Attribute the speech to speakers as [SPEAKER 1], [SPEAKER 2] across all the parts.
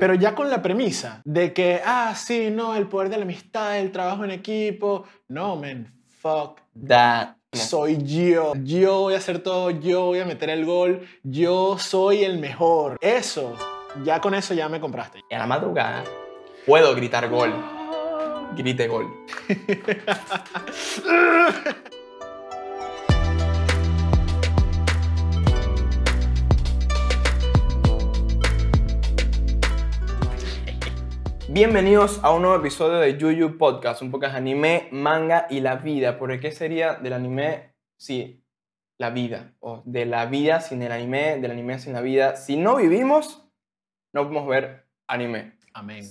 [SPEAKER 1] Pero ya con la premisa de que, ah, sí, no, el poder de la amistad, el trabajo en equipo. No, man, fuck.
[SPEAKER 2] Da.
[SPEAKER 1] Soy yo. Yo voy a hacer todo, yo voy a meter el gol, yo soy el mejor. Eso, ya con eso ya me compraste.
[SPEAKER 2] Y a la madrugada puedo gritar gol. Grite gol. Bienvenidos a un nuevo episodio de Yuyu Podcast, un podcast de anime, manga y la vida. ¿Por qué sería del anime si la vida? O de la vida sin el anime, del anime sin la vida. Si no vivimos, no podemos ver anime.
[SPEAKER 1] Amén.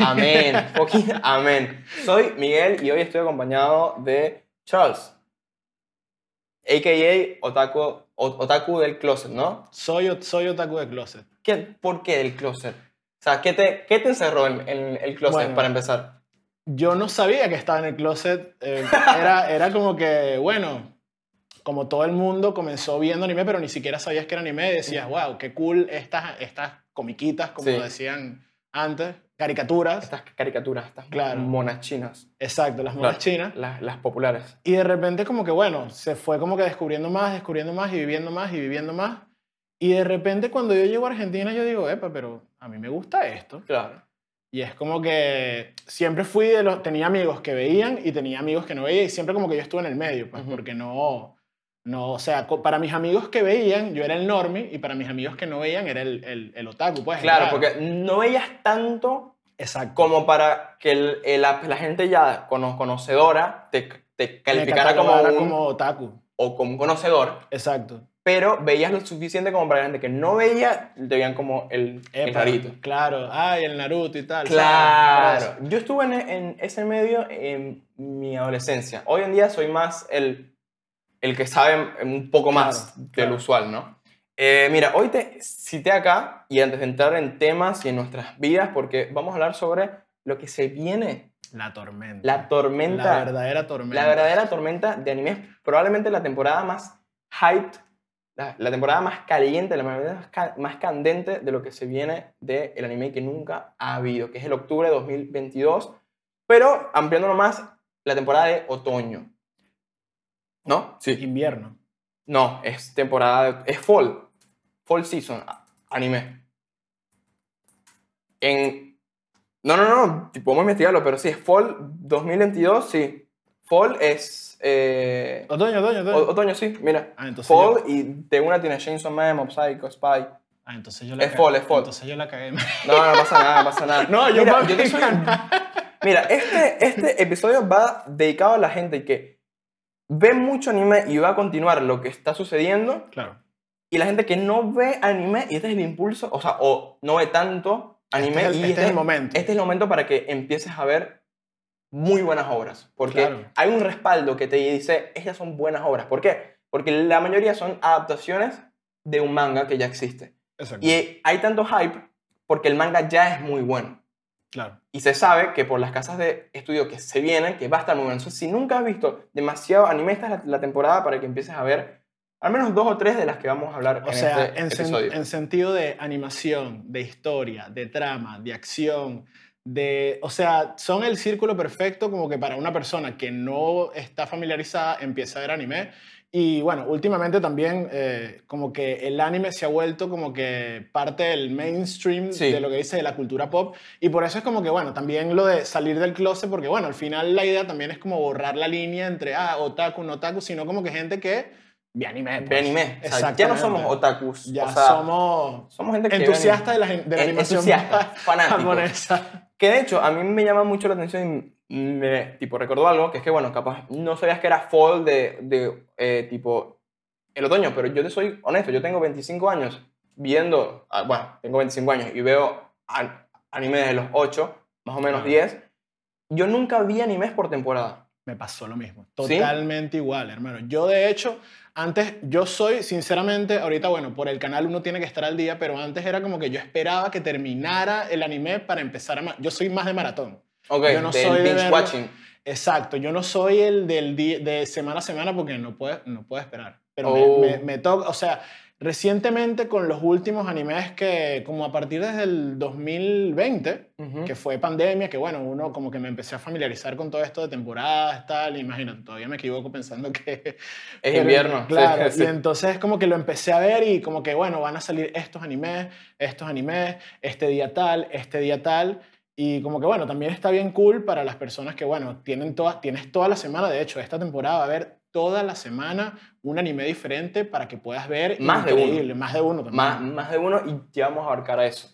[SPEAKER 2] Amén. Fucking amén. Soy Miguel y hoy estoy acompañado de Charles, a.k.a. Otaku, o- otaku del Closet, ¿no?
[SPEAKER 1] Soy, soy otaku de closet.
[SPEAKER 2] ¿Qué, ¿Por qué del Closet? O sea, ¿qué te, qué te encerró en, en el Closet
[SPEAKER 1] Bueno.
[SPEAKER 2] para empezar?
[SPEAKER 1] Yo no sabía que estaba en el closet. eh, era, era como que, bueno, como todo el mundo comenzó viendo anime, pero ni siquiera sabías que era anime. Decías, wow, qué cool estas, estas comiquitas, como
[SPEAKER 2] Sí.
[SPEAKER 1] decían antes, caricaturas.
[SPEAKER 2] Estas caricaturas, estas
[SPEAKER 1] Claro.
[SPEAKER 2] monas chinas,
[SPEAKER 1] Exacto, las monas
[SPEAKER 2] Claro.
[SPEAKER 1] chinas.
[SPEAKER 2] las, las populares.
[SPEAKER 1] Y de repente como que bueno, se fue como que descubriendo más, descubriendo más y viviendo más y viviendo más. Y de repente cuando yo llego a Argentina yo digo, epa, pero a mí me gusta esto.
[SPEAKER 2] Claro.
[SPEAKER 1] Y es como que siempre fui de los, tenía amigos que veían y tenía amigos que no veían y siempre como que yo estuve en el medio, pues
[SPEAKER 2] Ujú.
[SPEAKER 1] porque no, no, o sea, co- para mis amigos que veían yo era el normie y para mis amigos que no veían era el, el, el otaku, pues.
[SPEAKER 2] Claro,
[SPEAKER 1] el raro.
[SPEAKER 2] porque no veías tanto
[SPEAKER 1] Exacto.
[SPEAKER 2] como para que el- el- la, la gente ya cono- conocedora te, te
[SPEAKER 1] Me
[SPEAKER 2] calificara como
[SPEAKER 1] catalogara
[SPEAKER 2] un,
[SPEAKER 1] como otaku.
[SPEAKER 2] o como un conocedor,
[SPEAKER 1] Exacto.
[SPEAKER 2] pero veías lo suficiente como para la gente que no veía, te veían como el, el
[SPEAKER 1] Epa,
[SPEAKER 2] rarito.
[SPEAKER 1] Claro. Ay, el Naruto y tal. ¿sabes?
[SPEAKER 2] Claro. Yo estuve en, en ese medio en mi adolescencia. Hoy en día soy más el, el que sabe un poco más
[SPEAKER 1] Claro,
[SPEAKER 2] del
[SPEAKER 1] claro.
[SPEAKER 2] usual, ¿no? Eh, mira, hoy te cité acá y antes de entrar en temas y en nuestras vidas, porque vamos a hablar sobre lo que se viene,
[SPEAKER 1] La tormenta.
[SPEAKER 2] la tormenta,
[SPEAKER 1] La verdadera tormenta.
[SPEAKER 2] la verdadera tormenta de animes, probablemente la temporada más hyped, la, la temporada más caliente, la temporada más, ca- más candente de lo que se viene del anime que nunca ha habido, que es el octubre de 2022, pero ampliándolo más, la temporada de otoño. ¿No? Sí.
[SPEAKER 1] Invierno.
[SPEAKER 2] No, es temporada, de- es fall, fall season, a- anime. En... No, no, no, podemos investigarlo, pero sí, es fall 2022, sí. Fall es... eh,
[SPEAKER 1] Otoño, otoño, otoño.
[SPEAKER 2] o- otoño, sí, mira.
[SPEAKER 1] ah, entonces
[SPEAKER 2] Fall
[SPEAKER 1] yo,
[SPEAKER 2] y de una tiene Chainsaw Man, Mob Psycho, Spy.
[SPEAKER 1] ah, entonces yo la
[SPEAKER 2] es
[SPEAKER 1] ca-
[SPEAKER 2] fall, es fall.
[SPEAKER 1] Entonces yo la cagué.
[SPEAKER 2] No, no pasa nada, no pasa nada.
[SPEAKER 1] No, yo
[SPEAKER 2] mira,
[SPEAKER 1] pa-
[SPEAKER 2] te soy- mira, este, este episodio va dedicado a la gente que ve mucho anime y va a continuar lo que está sucediendo.
[SPEAKER 1] claro.
[SPEAKER 2] Y la gente que no ve anime y este es el impulso, o sea, o no ve tanto anime
[SPEAKER 1] Este es el-
[SPEAKER 2] y
[SPEAKER 1] este es el momento.
[SPEAKER 2] Este es el momento para que empieces a ver muy buenas obras. Porque
[SPEAKER 1] Claro.
[SPEAKER 2] hay un respaldo que te dice, estas son buenas obras. ¿Por qué? Porque la mayoría son adaptaciones de un manga que ya existe.
[SPEAKER 1] Exacto.
[SPEAKER 2] Y hay tanto hype porque el manga ya es muy bueno.
[SPEAKER 1] claro.
[SPEAKER 2] Y se sabe que por las casas de estudio que se vienen, que va a estar muy bueno. Entonces, si nunca has visto demasiado anime, esta es la, la temporada para que empieces a ver al menos dos o tres de las que vamos a hablar
[SPEAKER 1] O
[SPEAKER 2] en
[SPEAKER 1] sea,
[SPEAKER 2] este
[SPEAKER 1] en, sen-
[SPEAKER 2] episodio.
[SPEAKER 1] en sentido de animación, de historia, de trama, de acción, de, o sea, son el círculo perfecto como que para una persona que no está familiarizada empieza a ver anime. Y bueno, últimamente también eh, como que el anime se ha vuelto como que parte del mainstream
[SPEAKER 2] Sí.
[SPEAKER 1] de lo que dice de la cultura pop. Y por eso es como que, bueno, también lo de salir del closet, porque bueno, al final la idea también es como borrar la línea entre, ah, otaku, no otaku, sino como que gente que ve anime.
[SPEAKER 2] Ve
[SPEAKER 1] pues.
[SPEAKER 2] anime. O sea, ya no somos
[SPEAKER 1] Exactamente.
[SPEAKER 2] otakus.
[SPEAKER 1] Ya
[SPEAKER 2] o sea,
[SPEAKER 1] somos
[SPEAKER 2] somos gente que ve anime.
[SPEAKER 1] entusiastas de la, gen- de la
[SPEAKER 2] En-
[SPEAKER 1] animación
[SPEAKER 2] entusiastas, fanáticos.
[SPEAKER 1] japonesa.
[SPEAKER 2] Que de hecho, a mí me llama mucho la atención y me, tipo, recordó algo, que es que, bueno, capaz no sabías que era fall de, de eh, tipo, el otoño, pero yo te soy honesto, yo tengo 25 años viendo, ah, bueno, tengo 25 años y veo an- anime de los 8, más o menos
[SPEAKER 1] Claro.
[SPEAKER 2] 10. Yo nunca vi animes por temporada.
[SPEAKER 1] Me pasó lo mismo.
[SPEAKER 2] ¿Sí?
[SPEAKER 1] Totalmente igual, hermano. Yo, de hecho, antes, yo soy, sinceramente, ahorita, bueno, por el canal uno tiene que estar al día, pero antes era como que yo esperaba que terminara el anime para empezar a... ma- Yo soy más de maratón.
[SPEAKER 2] Ok,
[SPEAKER 1] Yo no
[SPEAKER 2] del
[SPEAKER 1] soy de
[SPEAKER 2] binge
[SPEAKER 1] verlo.
[SPEAKER 2] watching.
[SPEAKER 1] Exacto, yo no soy el del di- de semana a semana porque no puedo, no puedo esperar. Pero
[SPEAKER 2] Oh.
[SPEAKER 1] me, me- me toca, o sea, Recientemente con los últimos animes que como a partir desde el 2020,
[SPEAKER 2] Ujú.
[SPEAKER 1] que fue pandemia, que bueno, uno como que me empecé a familiarizar con todo esto de temporadas, tal, imagínate, todavía me equivoco pensando que...
[SPEAKER 2] Es invierno. sí,
[SPEAKER 1] Claro,
[SPEAKER 2] sí.
[SPEAKER 1] y entonces como que lo empecé a ver y como que bueno, van a salir estos animes, estos animes, este día tal, este día tal, y como que bueno, también está bien cool para las personas que bueno, tienen todas, tienes toda la semana, de hecho, esta temporada va a haber toda la semana un anime diferente para que puedas ver
[SPEAKER 2] Más de uno.
[SPEAKER 1] increíble, más de uno también.
[SPEAKER 2] más, más de uno y ya vamos a abarcar a eso.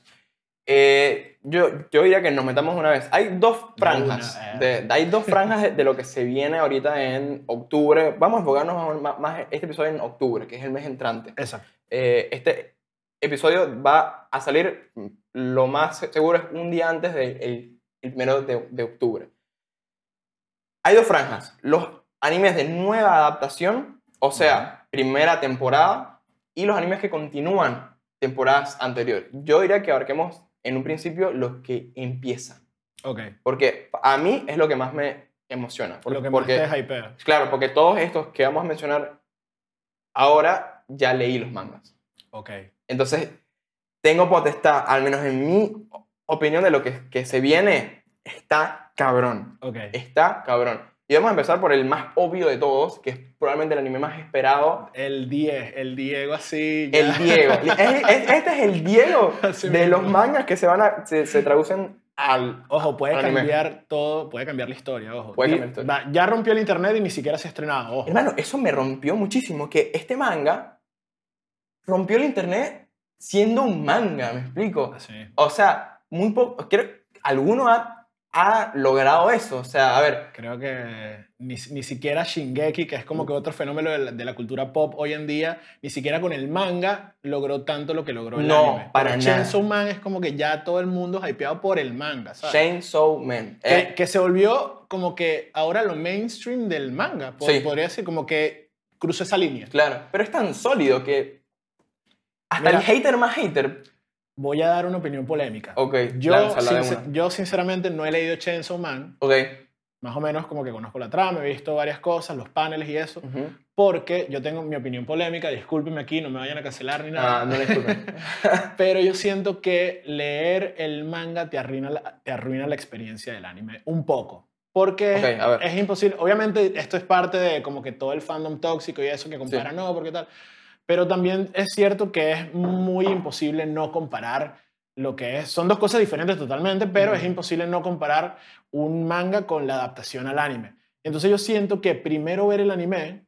[SPEAKER 2] Eh, yo, yo diría que nos metamos una vez. Hay dos franjas.
[SPEAKER 1] una, eh.
[SPEAKER 2] de- de- hay dos franjas de, de lo que se viene ahorita en octubre. Vamos a enfocarnos aún ma- más, en este episodio en octubre, que es el mes entrante.
[SPEAKER 1] Exacto.
[SPEAKER 2] Eh, este episodio va a salir, mm, lo más se- seguro es un día antes del el- el primero de, de octubre. Hay dos franjas. Los animes de nueva adaptación, o sea, primera temporada, y los animes que continúan temporadas anteriores. Yo diría que abarquemos en un principio los que empiezan.
[SPEAKER 1] Ok.
[SPEAKER 2] Porque a mí es lo que más me emociona.
[SPEAKER 1] Por
[SPEAKER 2] por-
[SPEAKER 1] lo que más
[SPEAKER 2] porque,
[SPEAKER 1] te hypea.
[SPEAKER 2] claro, porque todos estos que vamos a mencionar ahora ya leí los mangas.
[SPEAKER 1] Ok.
[SPEAKER 2] Entonces, tengo potestad, al menos en mi opinión, de lo que, que se viene, está cabrón.
[SPEAKER 1] Ok.
[SPEAKER 2] Está cabrón. Y vamos a empezar por el más obvio de todos, que es probablemente el anime más esperado,
[SPEAKER 1] El 10, el Diego así. ya.
[SPEAKER 2] el Diego. Es- es- este es el Diego
[SPEAKER 1] Así
[SPEAKER 2] de los
[SPEAKER 1] mismo.
[SPEAKER 2] mangas que se, van a, se, se traducen al...
[SPEAKER 1] Ojo, puede
[SPEAKER 2] Anime.
[SPEAKER 1] cambiar todo, puede cambiar la historia, ojo.
[SPEAKER 2] Puede
[SPEAKER 1] Di-
[SPEAKER 2] cambiar la historia.
[SPEAKER 1] va- Ya rompió el internet y ni siquiera se ha estrenado, ojo.
[SPEAKER 2] Hermano, eso me rompió muchísimo, que este manga rompió el internet siendo un manga, me explico.
[SPEAKER 1] Así.
[SPEAKER 2] O sea, muy poco. Creo, alguno ha, ha logrado eso. O sea, a ver,
[SPEAKER 1] Creo que ni, ni siquiera Shingeki, que es como que otro fenómeno de la, de la cultura pop hoy en día, ni siquiera con el manga logró tanto lo que logró el
[SPEAKER 2] No,
[SPEAKER 1] anime.
[SPEAKER 2] para
[SPEAKER 1] Pero
[SPEAKER 2] nada.
[SPEAKER 1] Chainsaw Man es como que ya todo el mundo es hypeado por el manga, ¿sabes?
[SPEAKER 2] Shane Man.
[SPEAKER 1] que,
[SPEAKER 2] Eh,
[SPEAKER 1] que se volvió como que ahora lo mainstream del manga. po-
[SPEAKER 2] Sí.
[SPEAKER 1] Podría decir como que cruzó esa línea.
[SPEAKER 2] claro. Pero es tan sólido que. Hasta
[SPEAKER 1] Mira.
[SPEAKER 2] el hater más hater.
[SPEAKER 1] Voy a dar una opinión polémica.
[SPEAKER 2] Ok,
[SPEAKER 1] Yo,
[SPEAKER 2] lánzala de
[SPEAKER 1] sincer-
[SPEAKER 2] una.
[SPEAKER 1] yo sinceramente no he leído Chainsaw Man,
[SPEAKER 2] Ok.
[SPEAKER 1] más o menos como que conozco la trama, he visto varias cosas, los paneles y eso,
[SPEAKER 2] ujú.
[SPEAKER 1] porque yo tengo mi opinión polémica, discúlpenme aquí, no me vayan a cancelar ni nada,
[SPEAKER 2] Ah, no le disculpen. Ah.
[SPEAKER 1] pero yo siento que leer el manga te arruina la, te arruina la experiencia del anime un poco. Porque
[SPEAKER 2] Ok, a ver.
[SPEAKER 1] es imposible, obviamente esto es parte de como que todo el fandom tóxico y eso que compara, no, porque tal, pero también es cierto que es muy imposible no comparar lo que es, son dos cosas diferentes totalmente, pero
[SPEAKER 2] Ujú.
[SPEAKER 1] es imposible no comparar un manga con la adaptación al anime. Entonces yo siento que primero ver el anime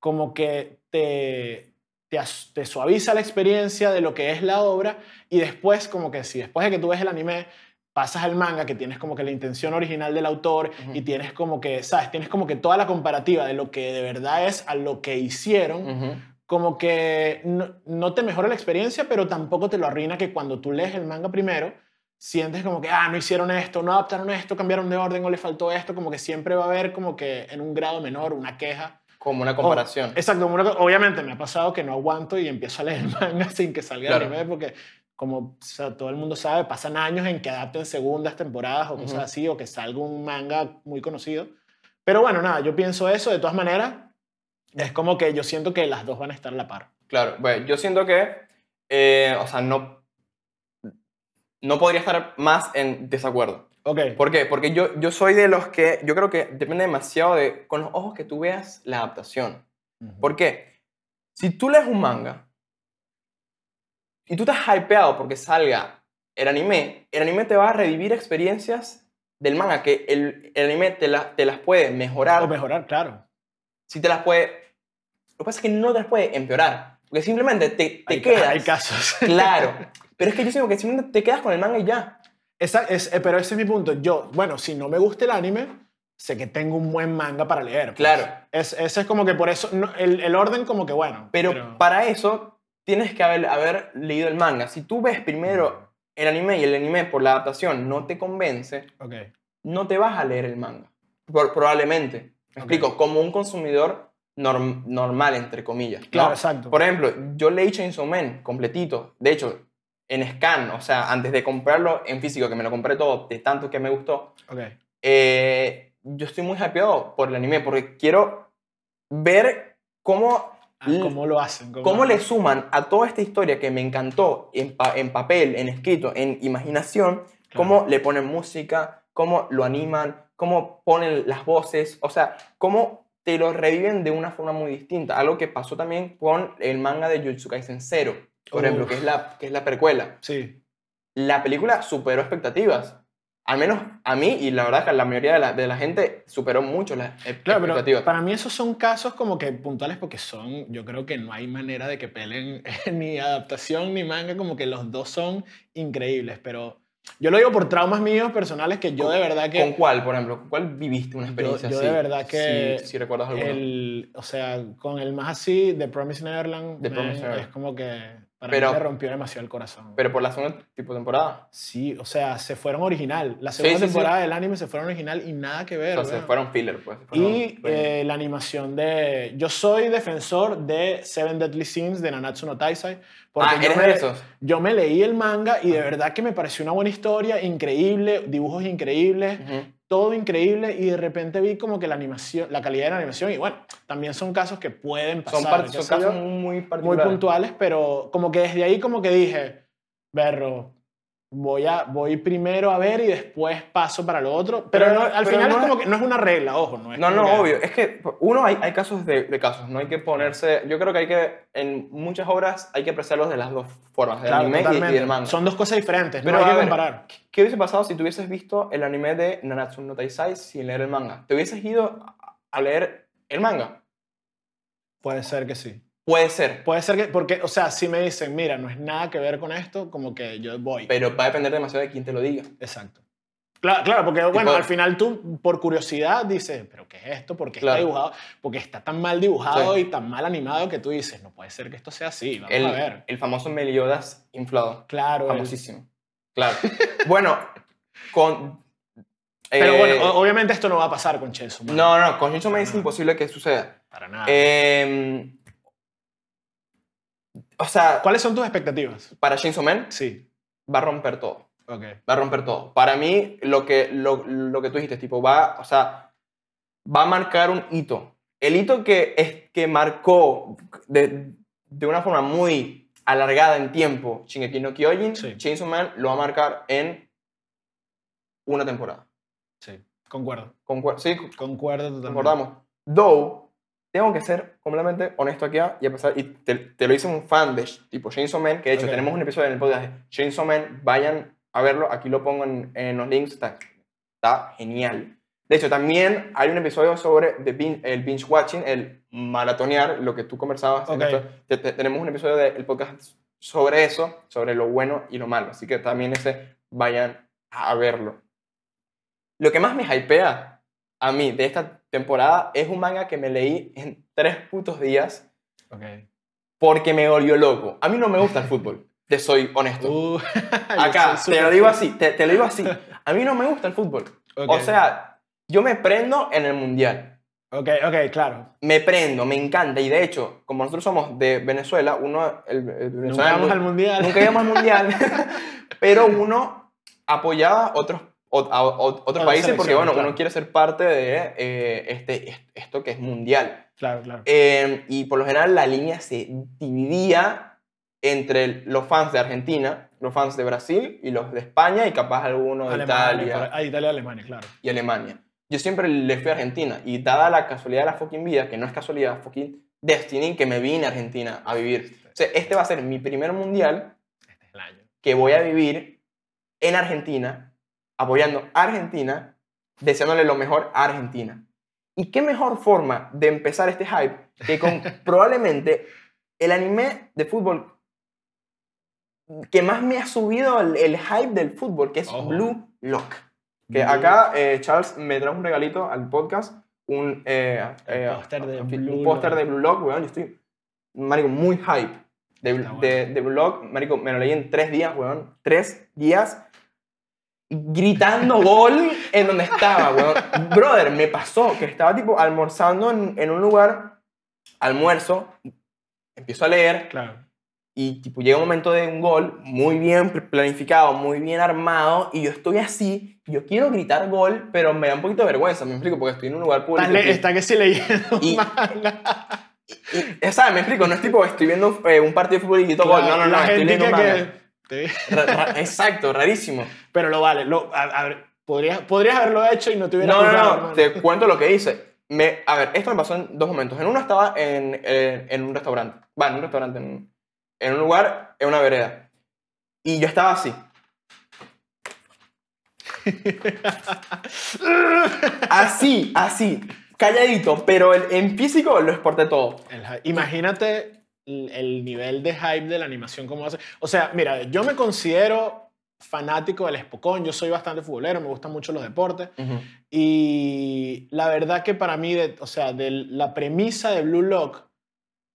[SPEAKER 1] como que te, te, as- te suaviza la experiencia de lo que es la obra y después como que si después de que tú ves el anime pasas al manga que tienes como que la intención original del autor
[SPEAKER 2] Ujú.
[SPEAKER 1] y tienes como que, ¿sabes? Tienes como que toda la comparativa de lo que de verdad es a lo que hicieron
[SPEAKER 2] Ujú.
[SPEAKER 1] como que no, no te mejora la experiencia, pero tampoco te lo arruina que cuando tú lees el manga primero, sientes como que, ah, no hicieron esto, no adaptaron esto, cambiaron de orden o le faltó esto, como que siempre va a haber como que en un grado menor una queja.
[SPEAKER 2] Como
[SPEAKER 1] Oh.
[SPEAKER 2] una comparación.
[SPEAKER 1] Exacto, como una co- obviamente me ha pasado que no aguanto y empiezo a leer el manga sin que salga
[SPEAKER 2] Claro.
[SPEAKER 1] el anime porque... Como o sea, todo el mundo sabe, pasan años en que adapten segundas temporadas o cosas
[SPEAKER 2] Ujú.
[SPEAKER 1] así, o que salga un manga muy conocido. Pero bueno, nada, yo pienso eso. De todas maneras, es como que yo siento que las dos van a estar a la par.
[SPEAKER 2] Claro, pues yo siento que, eh, o sea, no, no podría estar más en desacuerdo.
[SPEAKER 1] Ok.
[SPEAKER 2] ¿Por qué? Porque yo, yo soy de los que, yo creo que depende demasiado de, con los ojos que tú veas la adaptación.
[SPEAKER 1] Ujú.
[SPEAKER 2] ¿Por qué? Si tú lees un manga y tú estás hypeado porque salga el anime, el anime te va a revivir experiencias del manga, que el, el anime te, la- te las puede mejorar,
[SPEAKER 1] O mejorar, claro.
[SPEAKER 2] si te las puede... Lo que pasa es que no te las puede empeorar, porque simplemente te, te
[SPEAKER 1] hay,
[SPEAKER 2] quedas...
[SPEAKER 1] hay casos.
[SPEAKER 2] Claro. Pero es que yo siento que simplemente te quedas con el manga y ya.
[SPEAKER 1] Esa- es- eh, pero ese es mi punto. Yo, bueno, si no me gusta el anime, sé que tengo un buen manga para leer. pues.
[SPEAKER 2] Claro.
[SPEAKER 1] Es, ese es como que por eso, no, el, el orden como que bueno.
[SPEAKER 2] Pero, para eso tienes que haber, haber leído el manga. Si tú ves primero el anime y el anime por la adaptación no te convence,
[SPEAKER 1] Ok.
[SPEAKER 2] no te vas a leer el manga. Por- probablemente. Me
[SPEAKER 1] Ok.
[SPEAKER 2] explico, como un consumidor norm- normal, entre comillas. ¿no?
[SPEAKER 1] Claro, exacto.
[SPEAKER 2] Por ejemplo, yo leí Chainsaw Man completito. De hecho, en scan, o sea, antes de comprarlo en físico, que me lo compré todo, de tanto que me gustó,
[SPEAKER 1] Ok.
[SPEAKER 2] eh, yo estoy muy hypeado por el anime porque quiero ver cómo
[SPEAKER 1] Ah, ¿Cómo lo hacen?
[SPEAKER 2] ¿Cómo le suman a toda esta historia que me encantó en, pa- en papel, en escrito, en imaginación? ¿Cómo le ponen música? ¿Cómo lo animan? ¿Cómo ponen las voces? O sea, ¿cómo te lo reviven de una forma muy distinta? Algo que pasó también con el manga de Jujutsu Kaisen Zero, por
[SPEAKER 1] Uf.
[SPEAKER 2] ejemplo, que es, la, que es la precuela.
[SPEAKER 1] Sí,
[SPEAKER 2] La película superó expectativas. Al menos a mí y la verdad que a la mayoría de la, de la gente superó mucho las eh,
[SPEAKER 1] claro,
[SPEAKER 2] expectativas.
[SPEAKER 1] pero para mí esos son casos como que puntuales porque son, yo creo que no hay manera de que peleen ni adaptación ni manga, como que los dos son increíbles, pero yo lo digo por traumas míos personales que yo de verdad que...
[SPEAKER 2] ¿Con cuál, por ejemplo? ¿Con cuál viviste una experiencia
[SPEAKER 1] yo
[SPEAKER 2] así?
[SPEAKER 1] de verdad que
[SPEAKER 2] Si, si recuerdas alguna.
[SPEAKER 1] el, o sea, con el más así, The Promised Neverland,
[SPEAKER 2] The
[SPEAKER 1] man,
[SPEAKER 2] Promised Neverland.
[SPEAKER 1] es como que para
[SPEAKER 2] Pero-
[SPEAKER 1] mí me rompió demasiado el corazón.
[SPEAKER 2] Pero por la segunda tipo de temporada.
[SPEAKER 1] sí, o sea, se fueron original. La
[SPEAKER 2] Sí,
[SPEAKER 1] segunda
[SPEAKER 2] sí, sí.
[SPEAKER 1] temporada del anime se fueron original y nada que ver.
[SPEAKER 2] Entonces
[SPEAKER 1] weón.
[SPEAKER 2] fueron filler, pues. fueron
[SPEAKER 1] y
[SPEAKER 2] filler.
[SPEAKER 1] eh, la animación de... Yo soy defensor de Seven Deadly Sins de Nanatsu no Taizai. porque
[SPEAKER 2] ah,
[SPEAKER 1] yo
[SPEAKER 2] ¿eres
[SPEAKER 1] me-
[SPEAKER 2] de esos?
[SPEAKER 1] Yo me leí el manga y de verdad que me pareció una buena historia, increíble, dibujos increíbles,
[SPEAKER 2] Ujú.
[SPEAKER 1] todo increíble y de repente vi como que la animación, la calidad de la animación y bueno, también son casos que pueden pasar,
[SPEAKER 2] Son, par-
[SPEAKER 1] qué
[SPEAKER 2] son
[SPEAKER 1] sé yo,
[SPEAKER 2] casos muy
[SPEAKER 1] muy
[SPEAKER 2] particulares.
[SPEAKER 1] puntuales, pero como que desde ahí como que dije, berro, voy a voy primero a ver y después paso para lo otro, pero,
[SPEAKER 2] Pero
[SPEAKER 1] no-
[SPEAKER 2] no-
[SPEAKER 1] al
[SPEAKER 2] pero
[SPEAKER 1] final
[SPEAKER 2] no
[SPEAKER 1] es como
[SPEAKER 2] es-
[SPEAKER 1] que no es una regla, ojo, no es
[SPEAKER 2] No,
[SPEAKER 1] como
[SPEAKER 2] no,
[SPEAKER 1] que-
[SPEAKER 2] obvio. Es que, uno, hay, hay casos de, de casos. No hay que ponerse... Yo creo que hay que... En muchas obras hay que apreciarlos de las dos formas. Del
[SPEAKER 1] Claro,
[SPEAKER 2] anime y- y,
[SPEAKER 1] totalmente.
[SPEAKER 2] del manga.
[SPEAKER 1] Son dos cosas diferentes, no
[SPEAKER 2] Pero,
[SPEAKER 1] hay
[SPEAKER 2] a
[SPEAKER 1] que
[SPEAKER 2] ver,
[SPEAKER 1] comparar.
[SPEAKER 2] ¿Qué hubiese pasado si tú hubieses visto el anime de Nanatsu no Taizai sin leer el manga? ¿Te hubieses ido a- a leer el manga?
[SPEAKER 1] Puede ser que sí.
[SPEAKER 2] Puede ser.
[SPEAKER 1] Puede ser que, porque, o sea, si me dicen, mira, no es nada que ver con esto, como que yo voy.
[SPEAKER 2] Pero va a depender demasiado de quién te lo diga.
[SPEAKER 1] Exacto. Claro, claro porque bueno,
[SPEAKER 2] Tipo-
[SPEAKER 1] al final tú por curiosidad dices, pero ¿qué es esto? ¿Por qué
[SPEAKER 2] Claro.
[SPEAKER 1] está dibujado? Porque está tan mal dibujado
[SPEAKER 2] Sí.
[SPEAKER 1] y tan mal animado que tú dices, no puede ser que esto sea así, vamos a
[SPEAKER 2] El,
[SPEAKER 1] ver. Pues.
[SPEAKER 2] el famoso Meliodas inflado.
[SPEAKER 1] Claro. el-
[SPEAKER 2] Famosísimo. Claro. bueno, con.
[SPEAKER 1] pero
[SPEAKER 2] eh,
[SPEAKER 1] bueno, o- obviamente esto no va a pasar con Chainsaw Man,
[SPEAKER 2] No, no, con Chainsaw Man es
[SPEAKER 1] No.
[SPEAKER 2] imposible que suceda.
[SPEAKER 1] Para nada.
[SPEAKER 2] Eh, o sea,
[SPEAKER 1] ¿Cuáles son tus expectativas?
[SPEAKER 2] para Chainsaw Man
[SPEAKER 1] Sí.
[SPEAKER 2] va a romper todo.
[SPEAKER 1] Ok.
[SPEAKER 2] va a romper todo. Para mí, lo que, lo, lo que tú dijiste, tipo, va, o sea, va a marcar un hito. El hito que, es, que marcó de, de una forma muy alargada en tiempo Shingeki no Kyojin,
[SPEAKER 1] Sí.
[SPEAKER 2] Chainsaw Man lo va a marcar en una temporada.
[SPEAKER 1] Sí. Concuerdo.
[SPEAKER 2] Concuer- sí, co-
[SPEAKER 1] Concuerdo totalmente.
[SPEAKER 2] concordamos. Though, tengo que ser completamente honesto aquí ah, y a pesar, y te, te lo hice un fan de sh- tipo Chainsaw Man, que de hecho
[SPEAKER 1] Ok.
[SPEAKER 2] tenemos un episodio en el podcast de Chainsaw Man, vayan a verlo, aquí lo pongo en, en los links, está, está genial. De hecho, también hay un episodio sobre the bin- el binge watching, el maratonear, lo que tú conversabas. en
[SPEAKER 1] Ok.
[SPEAKER 2] esto. Te- te- tenemos un episodio del podcast sobre eso, sobre lo bueno y lo malo. Así que también ese vayan a verlo. Lo que más me hypea a mí de esta temporada es un manga que me leí en tres putos días
[SPEAKER 1] Ok.
[SPEAKER 2] porque me volvió loco. A mí no me gusta el fútbol, te soy honesto.
[SPEAKER 1] Uh, yo
[SPEAKER 2] Acá,
[SPEAKER 1] soy
[SPEAKER 2] te lo
[SPEAKER 1] súper-
[SPEAKER 2] digo así, te, te lo digo así. A mí no me gusta el fútbol.
[SPEAKER 1] Ok.
[SPEAKER 2] O sea, yo me prendo en el mundial.
[SPEAKER 1] Ok, ok, claro.
[SPEAKER 2] Me prendo, me encanta. Y de hecho, como nosotros somos de Venezuela, uno. El, el
[SPEAKER 1] Nunca
[SPEAKER 2] venezolano-
[SPEAKER 1] vamos al mundial.
[SPEAKER 2] nunca íbamos al mundial, pero uno apoyaba otros, o- a- o- otros
[SPEAKER 1] Otras
[SPEAKER 2] países porque,
[SPEAKER 1] selecciones,
[SPEAKER 2] bueno,
[SPEAKER 1] claro.
[SPEAKER 2] uno quiere ser parte de eh, este, est- esto que es mundial.
[SPEAKER 1] Claro, claro.
[SPEAKER 2] Eh, y por lo general la línea se dividía entre el- los fans de Argentina, los fans de Brasil y los de España y capaz algunos de Italia
[SPEAKER 1] por- Ah, Italia, Alemania, claro.
[SPEAKER 2] y Alemania. Yo siempre le fui a Argentina y dada la casualidad de la fucking vida, que no es casualidad, fucking destiny, que me vine a Argentina a vivir. O sea, este va a ser mi primer mundial
[SPEAKER 1] Este es el año.
[SPEAKER 2] que voy a vivir en Argentina, apoyando a Argentina, deseándole lo mejor a Argentina. ¿Y qué mejor forma de empezar este hype que con probablemente el anime de fútbol que más me ha subido el, el hype del fútbol, que es
[SPEAKER 1] Ojo.
[SPEAKER 2] Blue Lock? Que
[SPEAKER 1] Blue-
[SPEAKER 2] acá eh, Charles me trajo un regalito al podcast, un eh,
[SPEAKER 1] El
[SPEAKER 2] eh,
[SPEAKER 1] póster de
[SPEAKER 2] un
[SPEAKER 1] Blue
[SPEAKER 2] póster
[SPEAKER 1] Lock.
[SPEAKER 2] de Blue Lock, weón, yo estoy, marico, muy hype de,
[SPEAKER 1] Está bueno.
[SPEAKER 2] de, de Blue Lock, marico, me lo leí en tres días, weón, tres días, gritando gol en donde estaba, weón. Brother, me pasó que estaba tipo almorzando en, en un lugar, almuerzo, empiezo a leer,
[SPEAKER 1] Claro.
[SPEAKER 2] y tipo, llega un momento de un gol muy bien pl- planificado, muy bien armado, y yo estoy así, y yo quiero gritar gol, pero me da un poquito de vergüenza, me explico, porque estoy en un lugar público.
[SPEAKER 1] Está, le-
[SPEAKER 2] y-
[SPEAKER 1] está que sí leyendo
[SPEAKER 2] Y-
[SPEAKER 1] manga.
[SPEAKER 2] Y- ¿Sabes? Me explico, no es tipo estoy viendo eh, un partido de fútbol y grito gol. No, no, no,
[SPEAKER 1] La
[SPEAKER 2] estoy
[SPEAKER 1] gente
[SPEAKER 2] leyendo
[SPEAKER 1] que-
[SPEAKER 2] un manga.
[SPEAKER 1] que- Sí.
[SPEAKER 2] Ra- ra- Exacto, rarísimo.
[SPEAKER 1] Pero lo vale. Lo, a- a ver, podrías, podrías haberlo hecho y no te hubiera
[SPEAKER 2] No, no,
[SPEAKER 1] juzgado,
[SPEAKER 2] no,
[SPEAKER 1] hermano.
[SPEAKER 2] te cuento lo que hice. Me, a ver, esto me pasó en dos momentos. En uno estaba en, eh, en- en un restaurante. Va, en un restaurante, en, en un lugar, en una vereda. Y yo estaba así. Así, así, calladito, pero el- en físico lo exporté todo.
[SPEAKER 1] El hy- imagínate el, el nivel de hype de la animación como hace. O sea, mira, yo me considero fanático del espocón, yo soy bastante futbolero, me gustan mucho los deportes y la verdad que para mí, de- o sea, de la premisa de Blue Lock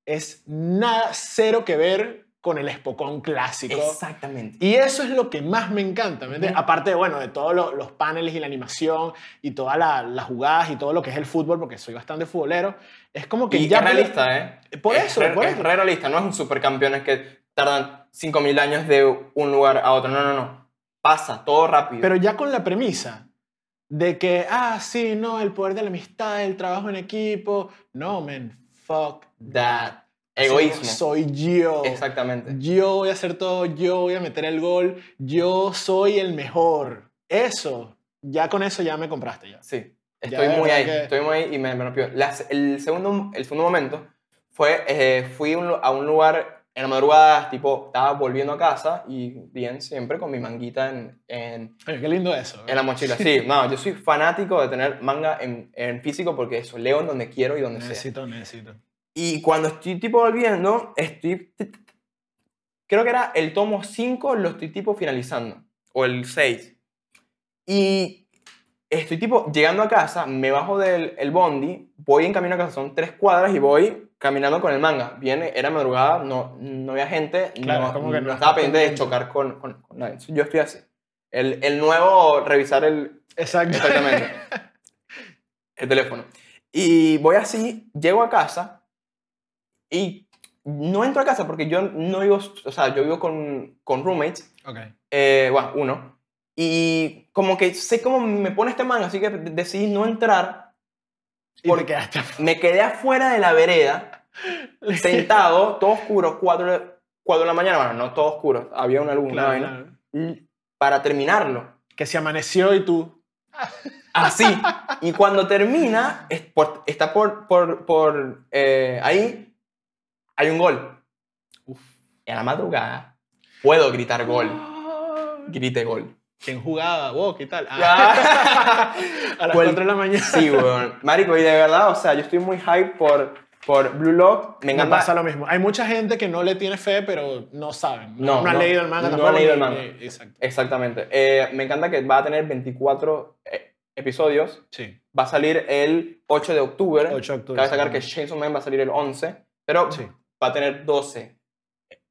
[SPEAKER 1] es nada cero que ver con el espocón clásico.
[SPEAKER 2] Exactamente.
[SPEAKER 1] Y eso es lo que más me encanta, ¿me entiendes?
[SPEAKER 2] Ujú.
[SPEAKER 1] Aparte, bueno, de todos lo- los paneles y la animación y todas la- las jugadas y todo lo que es el fútbol, porque soy bastante futbolero, es como que
[SPEAKER 2] Y
[SPEAKER 1] ya...
[SPEAKER 2] es realista, ¿eh?
[SPEAKER 1] Por
[SPEAKER 2] Es
[SPEAKER 1] eso,
[SPEAKER 2] re-
[SPEAKER 1] por
[SPEAKER 2] es
[SPEAKER 1] eso.
[SPEAKER 2] re realista, no es un supercampeones que tardan 5.000 años de un lugar a otro. No, no, no. Pasa, todo rápido.
[SPEAKER 1] Pero ya con la premisa de que, ah, sí, no, el poder de la amistad, el trabajo en equipo. No, man, fuck that.
[SPEAKER 2] Egoísmo.
[SPEAKER 1] Soy yo.
[SPEAKER 2] Exactamente.
[SPEAKER 1] Yo voy a hacer todo, yo voy a meter el gol, yo soy el mejor. Eso, ya con eso ya me compraste ya.
[SPEAKER 2] Sí.
[SPEAKER 1] Ya,
[SPEAKER 2] Estoy
[SPEAKER 1] de
[SPEAKER 2] muy
[SPEAKER 1] verdad
[SPEAKER 2] ahí.
[SPEAKER 1] que-
[SPEAKER 2] Estoy muy ahí y me, me rompió. Las- el, segundo, el segundo momento fue, eh, fui un lu- a un lugar en la madrugada, tipo, estaba volviendo a casa y bien siempre con mi manguita en, en,
[SPEAKER 1] Oye, qué lindo eso.
[SPEAKER 2] en la mochila. Sí, no, yo soy fanático de tener manga en, en físico porque eso, leo en donde quiero y
[SPEAKER 1] Eh,
[SPEAKER 2] donde sea.
[SPEAKER 1] necesito, necesito.
[SPEAKER 2] Y cuando estoy tipo volviendo, estoy... Creo que era el tomo 5, lo estoy tipo finalizando. O el 6. Y estoy tipo llegando a casa, me bajo del el bondi, voy en camino a casa, son tres cuadras y voy caminando con el manga. Viene, era madrugada, no, no había gente,
[SPEAKER 1] Claro,
[SPEAKER 2] no,
[SPEAKER 1] es como que
[SPEAKER 2] no
[SPEAKER 1] no
[SPEAKER 2] estaba
[SPEAKER 1] estás
[SPEAKER 2] pendiente de
[SPEAKER 1] pendiente.
[SPEAKER 2] chocar con, con- con nadie. Yo estoy así. El, el nuevo, revisar el,
[SPEAKER 1] Exacto.
[SPEAKER 2] Exactamente. El teléfono. Y voy así, llego a casa y no entro a casa porque yo no vivo, o sea, yo vivo con, con roommates,
[SPEAKER 1] Ok.
[SPEAKER 2] eh, bueno, uno, y como que sé cómo me pone este man, así que de- decidí no entrar,
[SPEAKER 1] Y
[SPEAKER 2] Porque-
[SPEAKER 1] te quedaste
[SPEAKER 2] me quedé afuera de la vereda, sentado, todo oscuro, 4 de la mañana, bueno, no todo oscuro, había una luz, una
[SPEAKER 1] Claro,
[SPEAKER 2] vaina,
[SPEAKER 1] claro.
[SPEAKER 2] y para terminarlo.
[SPEAKER 1] Que se amaneció y tú.
[SPEAKER 2] Así. Y cuando termina, es por- está por, por, por eh, ahí, hay un gol. Uf. Y a la madrugada puedo gritar gol. Grite gol.
[SPEAKER 1] ¿Quién jugaba? Wow, ¿qué tal? Ah,
[SPEAKER 2] Ya.
[SPEAKER 1] a las
[SPEAKER 2] Cual-
[SPEAKER 1] 4 de la mañana.
[SPEAKER 2] Sí, weón. Marico, y de verdad, o sea, yo estoy muy hype por, por Blue Lock. Me
[SPEAKER 1] Me
[SPEAKER 2] encanta.
[SPEAKER 1] pasa lo mismo. Hay mucha gente que no le tiene fe, pero no saben. No,
[SPEAKER 2] No,
[SPEAKER 1] no han
[SPEAKER 2] no,
[SPEAKER 1] leído el manga
[SPEAKER 2] no
[SPEAKER 1] tampoco.
[SPEAKER 2] han leído
[SPEAKER 1] ni-
[SPEAKER 2] el manga.
[SPEAKER 1] ni- Exacto.
[SPEAKER 2] Exactamente. Eh, me encanta que va a tener 24 e- episodios.
[SPEAKER 1] Sí.
[SPEAKER 2] Va a salir el 8 de octubre.
[SPEAKER 1] 8 de octubre.
[SPEAKER 2] Cabe destacar que Chainsaw Man va a salir el 11, pero
[SPEAKER 1] Sí.
[SPEAKER 2] va a tener 12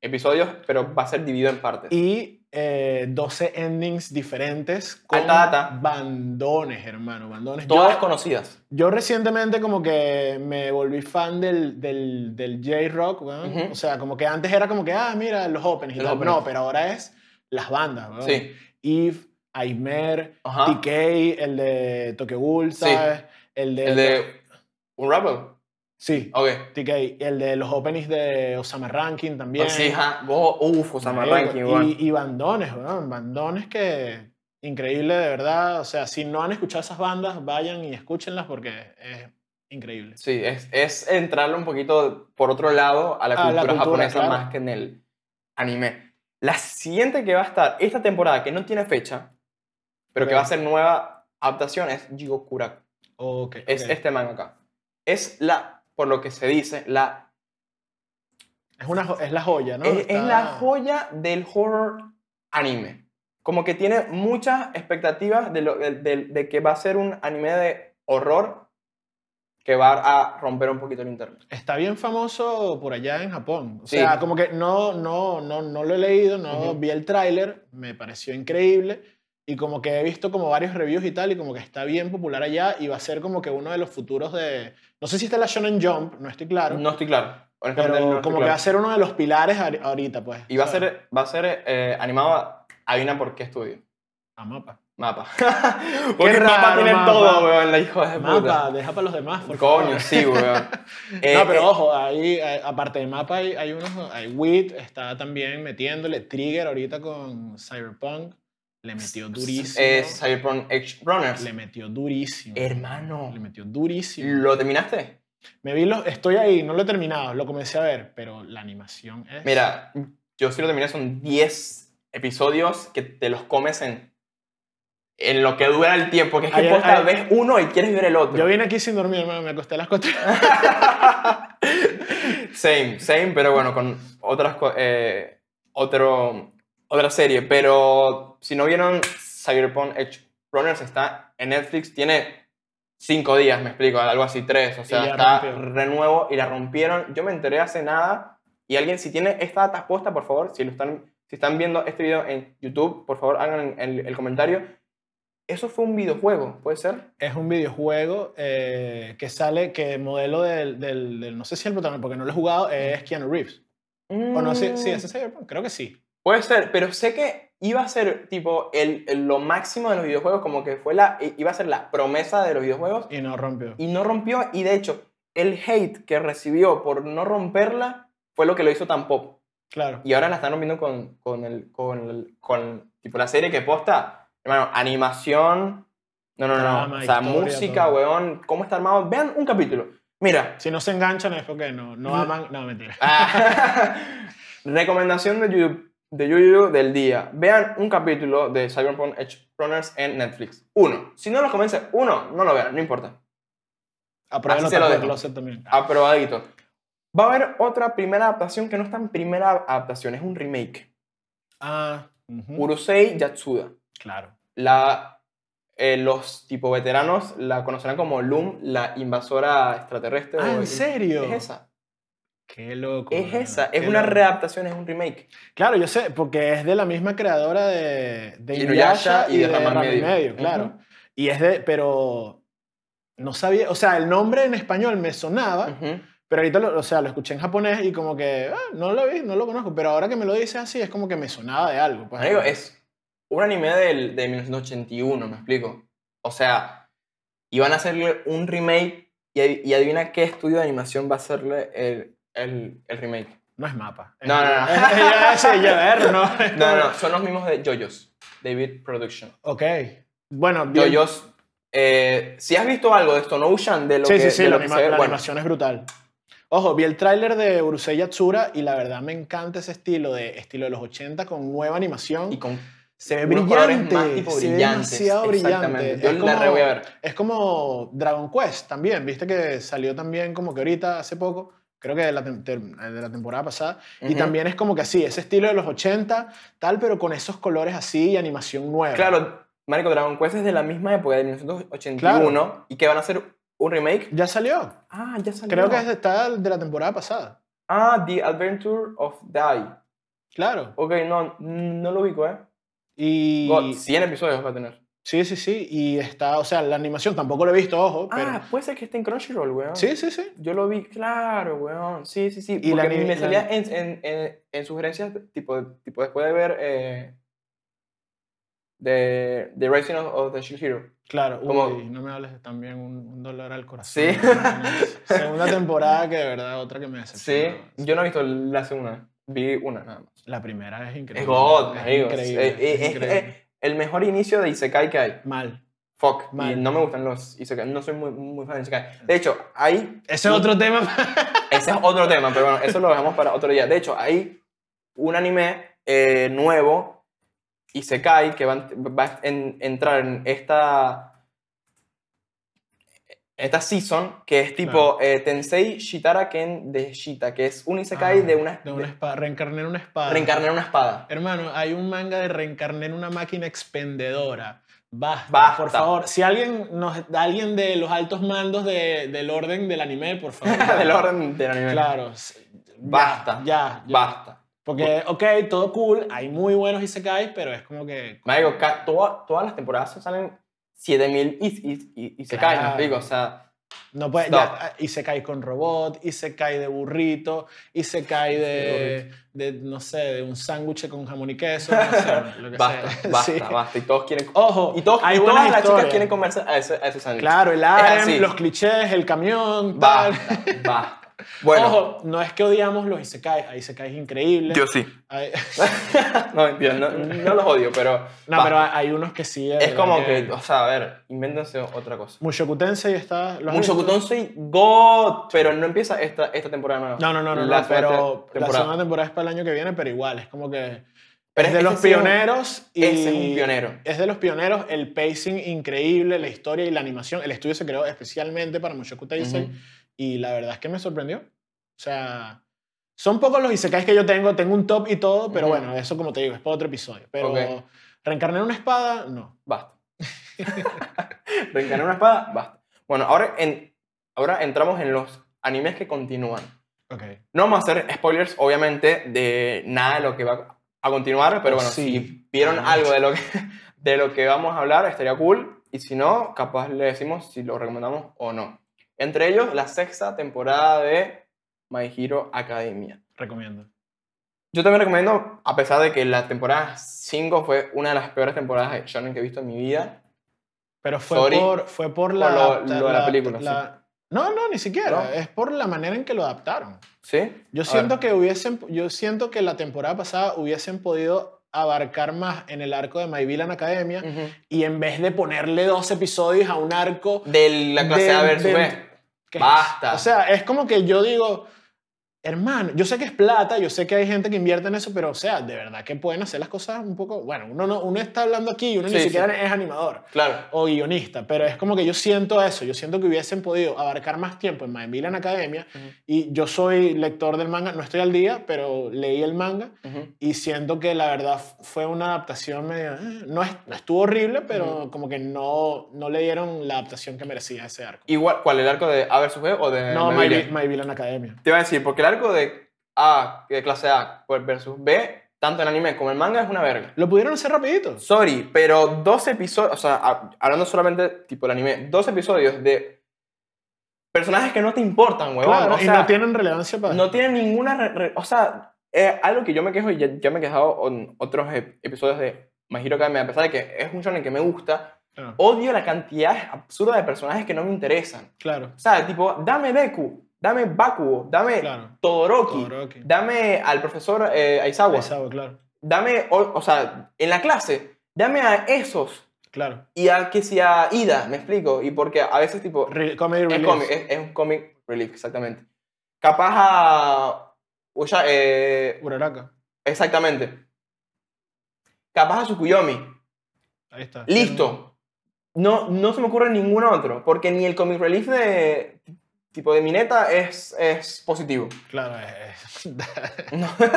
[SPEAKER 2] episodios, pero va a ser dividido en partes.
[SPEAKER 1] Y eh, 12 endings diferentes con
[SPEAKER 2] Alta data.
[SPEAKER 1] bandones, hermano. Bandones.
[SPEAKER 2] Todas
[SPEAKER 1] Yo-
[SPEAKER 2] conocidas.
[SPEAKER 1] Yo recientemente como que me volví fan del, del, del J-Rock, weón.
[SPEAKER 2] Ujú.
[SPEAKER 1] O sea, como que antes era como que, ah, mira, los opens y
[SPEAKER 2] Los
[SPEAKER 1] tal.
[SPEAKER 2] openings.
[SPEAKER 1] No, pero ahora es las bandas, weón.
[SPEAKER 2] Sí.
[SPEAKER 1] Eve, Aimer,
[SPEAKER 2] Ajá.
[SPEAKER 1] TK, el de Tokyo Ghoul,
[SPEAKER 2] Sí.
[SPEAKER 1] ¿sabes? El de...
[SPEAKER 2] El de Unravel.
[SPEAKER 1] Sí,
[SPEAKER 2] Ok.
[SPEAKER 1] TK. El de los openings de Osama Rankin también.
[SPEAKER 2] Sí, ajá. Oh, uf, Osama
[SPEAKER 1] Marico,
[SPEAKER 2] Ranking, weón.
[SPEAKER 1] y, y bandones, weón. Bandones que... Increíble, de verdad. O sea, si no han escuchado esas bandas, vayan y escúchenlas porque es increíble.
[SPEAKER 2] Sí, es, es entrarle un poquito por otro lado a la
[SPEAKER 1] A Ah, la
[SPEAKER 2] cultura,
[SPEAKER 1] cultura,
[SPEAKER 2] japonesa
[SPEAKER 1] claro.
[SPEAKER 2] más que en el anime. La siguiente que va a estar esta temporada, que no tiene fecha, pero que
[SPEAKER 1] Ok.
[SPEAKER 2] va a ser nueva adaptación, es Jigo Kuraku.
[SPEAKER 1] Ok,
[SPEAKER 2] Es
[SPEAKER 1] ok.
[SPEAKER 2] este manga acá. Es la, por lo que se dice, la,
[SPEAKER 1] Es, una, jo- es la joya, ¿no?
[SPEAKER 2] es, es
[SPEAKER 1] Está-
[SPEAKER 2] la joya del horror anime. Como que tiene muchas expectativas de, lo, de, de- de que va a ser un anime de horror que va a romper un poquito el internet.
[SPEAKER 1] Está bien famoso por allá en Japón. O
[SPEAKER 2] Sí.
[SPEAKER 1] sea, como que no, no, no, no lo he leído, no
[SPEAKER 2] Ujú.
[SPEAKER 1] vi el tráiler, me pareció increíble. Y como que he visto como varios reviews y tal, y como que está bien popular allá y va a ser como que uno de los futuros de... No sé si está en la Shonen Jump, no estoy claro.
[SPEAKER 2] No estoy claro.
[SPEAKER 1] pero
[SPEAKER 2] honestamente no estoy
[SPEAKER 1] como que
[SPEAKER 2] claro.
[SPEAKER 1] va a ser uno de los pilares ahori- ahorita, pues.
[SPEAKER 2] Y va a
[SPEAKER 1] ¿sabes?
[SPEAKER 2] ser, va a ser eh, animado a Aina por qué estudio.
[SPEAKER 1] A mapa.
[SPEAKER 2] Mapa. Porque mapa
[SPEAKER 1] raro,
[SPEAKER 2] tiene
[SPEAKER 1] Mapa.
[SPEAKER 2] todo, weón, la hijo de
[SPEAKER 1] Mapa,
[SPEAKER 2] puta.
[SPEAKER 1] deja para los demás, por
[SPEAKER 2] Coño,
[SPEAKER 1] favor.
[SPEAKER 2] sí, weón. Eh,
[SPEAKER 1] no, pero
[SPEAKER 2] eh,
[SPEAKER 1] ojo, ahí, eh, aparte de mapa, hay, hay unos. Hay Wit, está también metiéndole. Trigger ahorita con Cyberpunk. Le metió durísimo.
[SPEAKER 2] eh, Cyberpunk Edge Runners.
[SPEAKER 1] le metió durísimo.
[SPEAKER 2] Hermano,
[SPEAKER 1] Le metió durísimo.
[SPEAKER 2] ¿lo terminaste?
[SPEAKER 1] Me vi los, estoy ahí, no lo he terminado, lo comencé a ver, pero la animación es.
[SPEAKER 2] Mira, yo sí lo terminé, son 10 episodios que te los comes en, en lo que dura el tiempo, que es que
[SPEAKER 1] Ayer-
[SPEAKER 2] posta
[SPEAKER 1] ayer-
[SPEAKER 2] ves uno y quieres ver el otro.
[SPEAKER 1] Yo vine aquí sin dormir, hermano, me acosté a las 4.
[SPEAKER 2] Same, same, pero bueno, con otras co- eh, otro, otra serie. Pero si no vieron Cyberpunk Edge Runners, está en Netflix, tiene cinco días, me explico, algo así, tres. O sea,
[SPEAKER 1] la
[SPEAKER 2] está
[SPEAKER 1] rompieron.
[SPEAKER 2] renuevo y la rompieron. Yo me enteré hace nada. Y alguien, si tiene esta data posta, por favor, si, lo están, si están viendo este video en YouTube, por favor, hagan el, el comentario. Eso fue un videojuego, ¿puede ser?
[SPEAKER 1] es un videojuego eh, que sale, que el modelo del, del- del- no sé si el protagonista, porque no lo he jugado, es Keanu Reeves. O no sé, sí,
[SPEAKER 2] Mm.
[SPEAKER 1] ese es Cyberpunk, creo que sí.
[SPEAKER 2] Puede ser, pero sé que iba a ser tipo el, el- lo máximo de los videojuegos, como que fue la, i- iba a ser la promesa de los videojuegos
[SPEAKER 1] Y no rompió.
[SPEAKER 2] y no rompió y de hecho el hate que recibió por no romperla fue lo que lo hizo tan pop.
[SPEAKER 1] Claro.
[SPEAKER 2] Y ahora la están rompiendo con, con, el, con, el- con tipo la serie que posta, hermano, animación, no, no, no,
[SPEAKER 1] Drama,
[SPEAKER 2] o sea,
[SPEAKER 1] historia,
[SPEAKER 2] música,
[SPEAKER 1] todo.
[SPEAKER 2] weón, cómo está armado, vean un capítulo. Mira,
[SPEAKER 1] Si no se enganchan es porque no, no
[SPEAKER 2] Mm.
[SPEAKER 1] aman, no, mentira.
[SPEAKER 2] Ah. Recomendación de Yuyu, de Yuyu del día. Vean un capítulo de Cyberpunk Edge Runners en Netflix. Uno. Si no lo comencé, uno, no lo vean, no importa.
[SPEAKER 1] Aprueben
[SPEAKER 2] así se lo
[SPEAKER 1] los
[SPEAKER 2] dejo. Ah.
[SPEAKER 1] Closet también.
[SPEAKER 2] Aprobadito. Va a haber otra primera adaptación que no es tan primera adaptación, es un remake.
[SPEAKER 1] Ah, ujú.
[SPEAKER 2] Urusei Yatsuda.
[SPEAKER 1] claro.
[SPEAKER 2] La, eh, los tipo veteranos la conocerán como Loom, la invasora extraterrestre.
[SPEAKER 1] Ah,
[SPEAKER 2] o-
[SPEAKER 1] ¿en serio?
[SPEAKER 2] Es esa.
[SPEAKER 1] Qué loco.
[SPEAKER 2] Es
[SPEAKER 1] bro.
[SPEAKER 2] esa. Es
[SPEAKER 1] Qué
[SPEAKER 2] una
[SPEAKER 1] loco.
[SPEAKER 2] readaptación, es un remake.
[SPEAKER 1] Claro, yo sé, porque es de la misma creadora de, de Inuyasha
[SPEAKER 2] Inuyasha y de Ranma
[SPEAKER 1] Ranma
[SPEAKER 2] Medio.
[SPEAKER 1] claro.
[SPEAKER 2] Ujú.
[SPEAKER 1] Y es de, pero no sabía, o sea, el nombre en español me sonaba,
[SPEAKER 2] Ujú.
[SPEAKER 1] pero ahorita, lo, o sea, lo escuché en japonés y como que ah, no lo vi, no lo conozco, pero ahora que me lo dices así es como que me sonaba de algo. pues.
[SPEAKER 2] Marico, es un anime del, de 1981, me explico. O sea, iban a hacerle un remake y, ad- y adivina qué estudio de animación va a hacerle el, el, el remake.
[SPEAKER 1] No es mapa. Es-
[SPEAKER 2] No, no, no.
[SPEAKER 1] es- ya sé, ya ver, no. es
[SPEAKER 2] No,
[SPEAKER 1] como-
[SPEAKER 2] no, son los mismos de JoJo's, David Production.
[SPEAKER 1] Ok. Bueno, bien.
[SPEAKER 2] JoJo's, eh, si has visto algo de Stone Ocean, de lo
[SPEAKER 1] sí,
[SPEAKER 2] que,
[SPEAKER 1] sí, sí,
[SPEAKER 2] de
[SPEAKER 1] la,
[SPEAKER 2] lo que
[SPEAKER 1] anima-
[SPEAKER 2] se ve,
[SPEAKER 1] la
[SPEAKER 2] bueno,
[SPEAKER 1] animación es brutal. Ojo, vi el tráiler de Urusei Yatsura y la verdad me encanta ese estilo de estilo de los 80 con nueva animación.
[SPEAKER 2] y con
[SPEAKER 1] se ve
[SPEAKER 2] unos colores
[SPEAKER 1] brillante,
[SPEAKER 2] más tipo
[SPEAKER 1] se ve
[SPEAKER 2] brillantes.
[SPEAKER 1] demasiado brillante.
[SPEAKER 2] Exactamente, yo
[SPEAKER 1] Es
[SPEAKER 2] la re
[SPEAKER 1] como-
[SPEAKER 2] voy a ver.
[SPEAKER 1] Es como Dragon Quest también, viste que salió también como que ahorita, hace poco, creo que de la, tem- ter- de la temporada pasada, y
[SPEAKER 2] Ujú.
[SPEAKER 1] también es como que así, ese estilo de los 80, tal, pero con esos colores así y animación nueva.
[SPEAKER 2] Claro, Marico Dragon Quest es de la misma época, de 1981, y que van a hacer un remake.
[SPEAKER 1] Ya salió,
[SPEAKER 2] Ah, ya salió.
[SPEAKER 1] creo que es de- está de la temporada pasada,
[SPEAKER 2] Ah, The Adventure of Die.
[SPEAKER 1] claro.
[SPEAKER 2] Ok, no, no lo ubico, ¿eh?
[SPEAKER 1] Y...
[SPEAKER 2] God, 100 episodios va a tener.
[SPEAKER 1] Sí, sí, sí, y está, o sea, la animación tampoco lo he visto, ojo, pero...
[SPEAKER 2] Ah, puede ser que esté en Crunchyroll, weón.
[SPEAKER 1] Sí, sí, sí.
[SPEAKER 2] Yo lo vi, claro, weón. Sí, sí, sí.
[SPEAKER 1] Y la
[SPEAKER 2] porque
[SPEAKER 1] ni-
[SPEAKER 2] me
[SPEAKER 1] la-
[SPEAKER 2] salía en, en, en, en sugerencias, tipo, tipo después de ver eh, The, The Rising of, of the Shield Hero.
[SPEAKER 1] Claro,
[SPEAKER 2] Como-
[SPEAKER 1] uy, no me hables también un, un dolor al corazón.
[SPEAKER 2] Sí.
[SPEAKER 1] Segunda temporada que de verdad otra que me
[SPEAKER 2] Sí,
[SPEAKER 1] decepcionó.
[SPEAKER 2] yo no he visto la segunda. Vi una nada más.
[SPEAKER 1] La primera es increíble.
[SPEAKER 2] Es God,
[SPEAKER 1] es
[SPEAKER 2] amigos.
[SPEAKER 1] increíble.
[SPEAKER 2] Eh, eh,
[SPEAKER 1] es
[SPEAKER 2] es-
[SPEAKER 1] increíble.
[SPEAKER 2] eh, el mejor inicio de Isekai que hay.
[SPEAKER 1] Mal.
[SPEAKER 2] Fuck. Y
[SPEAKER 1] Mal.
[SPEAKER 2] no me gustan los Isekai. No soy muy, muy fan de Isekai. De hecho, ahí.
[SPEAKER 1] Ese es otro tema.
[SPEAKER 2] Ese es otro tema, pero bueno, eso lo dejamos para otro día. De hecho, hay un anime eh, nuevo, Isekai, que va, a- va a en- entrar en esta. Esta season, que es tipo eh, Tensei Shitara Ken de Shita, que es un Isekai
[SPEAKER 1] Ah,
[SPEAKER 2] de una.
[SPEAKER 1] De una espada. Reencarnar una espada.
[SPEAKER 2] reencarnar una espada.
[SPEAKER 1] Hermano, hay un manga de reencarnar una máquina expendedora. Basta,
[SPEAKER 2] Basta.
[SPEAKER 1] por favor. Si alguien, nos, alguien de los altos mandos de- del orden del anime, por favor.
[SPEAKER 2] del orden del anime.
[SPEAKER 1] Claro. s- ya,
[SPEAKER 2] Basta.
[SPEAKER 1] Ya, ya.
[SPEAKER 2] Basta.
[SPEAKER 1] Porque, ok, todo cool, hay muy buenos isekais, pero es como que...
[SPEAKER 2] Marico, ca- toda- todas las temporadas salen 7000 y, y, y, y se
[SPEAKER 1] Claro.
[SPEAKER 2] caen, ¿me explico? O sea,
[SPEAKER 1] No puede, ya, y se cae con robot, y se cae de burrito, y se cae de, de, no sé, de un sándwich con jamón y queso. No sé, lo que
[SPEAKER 2] Basta,
[SPEAKER 1] sea.
[SPEAKER 2] basta,
[SPEAKER 1] Sí.
[SPEAKER 2] basta. Y todos quieren.
[SPEAKER 1] Ojo,
[SPEAKER 2] Y, todos,
[SPEAKER 1] hay
[SPEAKER 2] y
[SPEAKER 1] buenas
[SPEAKER 2] todas las chicas
[SPEAKER 1] historias.
[SPEAKER 2] quieren comerse a ese, a ese sándwich.
[SPEAKER 1] Claro, el
[SPEAKER 2] Es así.
[SPEAKER 1] harem, los clichés, el camión, tal.
[SPEAKER 2] Basta, basta. Bueno,
[SPEAKER 1] Ojo, no es que odiamos los isekais, hay isekais increíbles.
[SPEAKER 2] sí.
[SPEAKER 1] Hay-
[SPEAKER 2] no, mentira, no, no los odio, pero.
[SPEAKER 1] no,
[SPEAKER 2] basta.
[SPEAKER 1] pero hay unos que sí. de
[SPEAKER 2] es
[SPEAKER 1] verdad
[SPEAKER 2] como que, o sea, a ver, invéntense otra cosa.
[SPEAKER 1] Mushokutense y está. ¿lo has
[SPEAKER 2] Mucho
[SPEAKER 1] visto?
[SPEAKER 2] Cutón soy God, pero no empieza esta, esta temporada nueva.
[SPEAKER 1] No, no, no, no,
[SPEAKER 2] La
[SPEAKER 1] no, pero
[SPEAKER 2] segunda te-
[SPEAKER 1] la
[SPEAKER 2] temporada.
[SPEAKER 1] segunda temporada es para el año que viene, pero igual, es como que.
[SPEAKER 2] Pero
[SPEAKER 1] es
[SPEAKER 2] ese
[SPEAKER 1] de los
[SPEAKER 2] sí es un-
[SPEAKER 1] pioneros y.
[SPEAKER 2] Ese es un pionero.
[SPEAKER 1] Es de los pioneros, el pacing increíble, la historia y la animación. El estudio se creó especialmente para Mushoku Tensei
[SPEAKER 2] Ujú.
[SPEAKER 1] y la verdad es que me sorprendió. O sea, son pocos los isekais que yo tengo, tengo un top y todo, pero
[SPEAKER 2] Ujú.
[SPEAKER 1] bueno, eso como te digo, es para otro episodio. Pero
[SPEAKER 2] Ok.
[SPEAKER 1] reencarnar una espada, no.
[SPEAKER 2] Basta. Reencarnar una espada, basta. Bueno, ahora, en, ahora entramos en los animes que continúan.
[SPEAKER 1] Ok.
[SPEAKER 2] No vamos a hacer spoilers, obviamente, de nada de lo que va a continuar, pero
[SPEAKER 1] Oh,
[SPEAKER 2] bueno,
[SPEAKER 1] sí.
[SPEAKER 2] si vieron
[SPEAKER 1] Ah,
[SPEAKER 2] algo de lo, que, de lo que vamos a hablar, estaría cool. Y si no, capaz le decimos si lo recomendamos o no. Entre ellos, la sexta temporada de My Hero Academia.
[SPEAKER 1] Recomiendo.
[SPEAKER 2] Yo también recomiendo, a pesar de que la temporada 5 fue una de las peores temporadas de shonen que he visto en mi vida.
[SPEAKER 1] Pero fue
[SPEAKER 2] Sorry
[SPEAKER 1] por fue por la
[SPEAKER 2] por lo-
[SPEAKER 1] adapta-
[SPEAKER 2] lo de la
[SPEAKER 1] adapta-
[SPEAKER 2] película,
[SPEAKER 1] No, no, ni siquiera,
[SPEAKER 2] ¿No?
[SPEAKER 1] es por la manera en que lo adaptaron.
[SPEAKER 2] ¿Sí?
[SPEAKER 1] Yo
[SPEAKER 2] A
[SPEAKER 1] siento
[SPEAKER 2] ver.
[SPEAKER 1] que hubiesen yo siento que la temporada pasada hubiesen podido abarcar más en el arco de My Villain Academia
[SPEAKER 2] Ujú.
[SPEAKER 1] y en vez de ponerle dos episodios a un arco
[SPEAKER 2] De la clase
[SPEAKER 1] De-
[SPEAKER 2] A versus
[SPEAKER 1] de-
[SPEAKER 2] B.
[SPEAKER 1] que-
[SPEAKER 2] Basta.
[SPEAKER 1] O sea, es como que yo digo, hermano, yo sé que es plata, yo sé que hay gente que invierte en eso, pero o sea, de verdad que pueden hacer las cosas un poco, bueno, uno no uno está hablando aquí y uno
[SPEAKER 2] Sí,
[SPEAKER 1] ni
[SPEAKER 2] sí.
[SPEAKER 1] siquiera es animador.
[SPEAKER 2] Claro.
[SPEAKER 1] o guionista, pero es como que yo siento eso, yo siento que hubiesen podido abarcar más tiempo en My Villain Academia
[SPEAKER 2] Ujú.
[SPEAKER 1] y yo soy lector del manga, no estoy al día, pero leí el manga
[SPEAKER 2] Ujú.
[SPEAKER 1] y siento que la verdad f- fue una adaptación medio, eh, no es- estuvo horrible, pero como que no, no le dieron la adaptación que merecía ese arco.
[SPEAKER 2] Igual, ¿Cuál? ¿El arco de A versus B o de
[SPEAKER 1] no,
[SPEAKER 2] Eh, My
[SPEAKER 1] My,
[SPEAKER 2] Villain?
[SPEAKER 1] Vi- My Villain Academia.
[SPEAKER 2] Te iba a decir, porque el arco de A, de clase A pues, versus B, tanto en anime como en manga, es una verga.
[SPEAKER 1] Lo pudieron hacer rapidito.
[SPEAKER 2] Sorry, pero dos episodios, o sea, hab- hablando solamente tipo el anime, dos episodios de personajes que no te importan, huevón.
[SPEAKER 1] Claro,
[SPEAKER 2] o sea,
[SPEAKER 1] y no tienen relevancia para...
[SPEAKER 2] no tienen ninguna... re- re- o sea, eh, algo que yo me quejo y ya, ya me he quejado en otros ep- episodios de My Hero Academia, a pesar de que es un shonen que me gusta,
[SPEAKER 1] Claro,
[SPEAKER 2] odio la cantidad absurda de personajes que no me interesan.
[SPEAKER 1] claro,
[SPEAKER 2] O sea, tipo, dame Deku, dame Bakugo, dame
[SPEAKER 1] claro.
[SPEAKER 2] Todoroki,
[SPEAKER 1] Todoroki.
[SPEAKER 2] dame al profesor eh, Aizawa,
[SPEAKER 1] Aizawa, claro,
[SPEAKER 2] dame, o, o sea, en la clase, dame a esos
[SPEAKER 1] claro.
[SPEAKER 2] y a que sea Ida, me explico, y porque a veces tipo,
[SPEAKER 1] Re- comedy
[SPEAKER 2] es,
[SPEAKER 1] relief.
[SPEAKER 2] cómic, es, es un comic relief, exactamente. Capaz a... o sea, eh,
[SPEAKER 1] Uraraka,
[SPEAKER 2] exactamente. Capaz a Tsukuyomi,
[SPEAKER 1] ahí está.
[SPEAKER 2] listo. No, no se me ocurre ningún otro, porque ni el comic relief de tipo de Mineta es, es positivo.
[SPEAKER 1] Claro, es- es-
[SPEAKER 2] No.
[SPEAKER 1] está-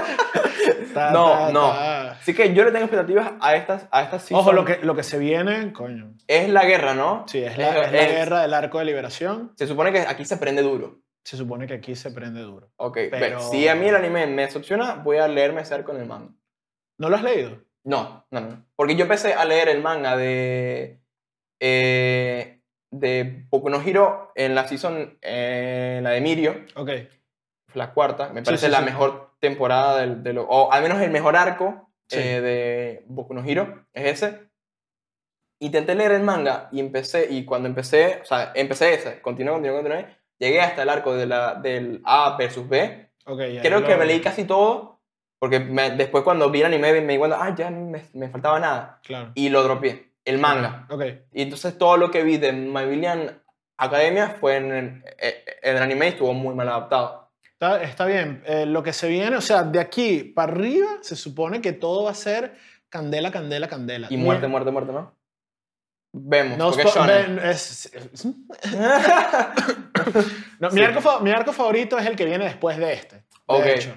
[SPEAKER 2] No,
[SPEAKER 1] está-
[SPEAKER 2] no.
[SPEAKER 1] está-
[SPEAKER 2] Así que yo le tengo expectativas a estas, a estas
[SPEAKER 1] Ojo,
[SPEAKER 2] season.
[SPEAKER 1] lo que, lo que se viene, coño.
[SPEAKER 2] es la guerra, ¿no?
[SPEAKER 1] Sí, es la,
[SPEAKER 2] Es-
[SPEAKER 1] es la
[SPEAKER 2] es-
[SPEAKER 1] guerra del arco de liberación.
[SPEAKER 2] Se supone que aquí se prende duro.
[SPEAKER 1] Se supone que aquí se prende duro.
[SPEAKER 2] Ok,
[SPEAKER 1] Pero-
[SPEAKER 2] ve, si a mí el anime me decepciona, voy a leerme ese arco en el manga.
[SPEAKER 1] ¿No lo has leído?
[SPEAKER 2] No, no, no. Porque yo empecé a leer el manga de. eh, de Boku no Hero en la season. eh, la de Mirio,
[SPEAKER 1] Ok.
[SPEAKER 2] la cuarta. Me
[SPEAKER 1] Sí,
[SPEAKER 2] parece
[SPEAKER 1] sí,
[SPEAKER 2] la
[SPEAKER 1] sí.
[SPEAKER 2] mejor temporada del. de lo- o al menos el mejor arco
[SPEAKER 1] Sí.
[SPEAKER 2] eh, de Boku no Hero, es ese. Intenté leer el manga y empecé, y cuando empecé, o sea, empecé ese, continué, continué, continué, llegué hasta el arco de la, del A versus B,
[SPEAKER 1] Ok, ya
[SPEAKER 2] Creo
[SPEAKER 1] lo-
[SPEAKER 2] que me leí casi todo, porque me- después cuando vi el anime me di cuenta, ah, ya me, me faltaba nada.
[SPEAKER 1] Claro.
[SPEAKER 2] Y lo dropeé, el manga.
[SPEAKER 1] Ok,
[SPEAKER 2] Y entonces todo lo que vi de My Villain Academia fue en, en- en el anime y estuvo muy mal adaptado.
[SPEAKER 1] está, está bien. Eh, lo que se viene, o sea, de aquí para arriba se supone que todo va a ser candela, candela, candela.
[SPEAKER 2] Y
[SPEAKER 1] Muy-
[SPEAKER 2] muerte, muerte, muerte, ¿no? Vemos,
[SPEAKER 1] No,
[SPEAKER 2] porque es
[SPEAKER 1] spo-
[SPEAKER 2] shonen.
[SPEAKER 1] ven, es- es- ¿Mm? No, mi,
[SPEAKER 2] Sí.
[SPEAKER 1] arco, fa- mi arco favorito es el que viene después de este. de
[SPEAKER 2] Ok.
[SPEAKER 1] hecho.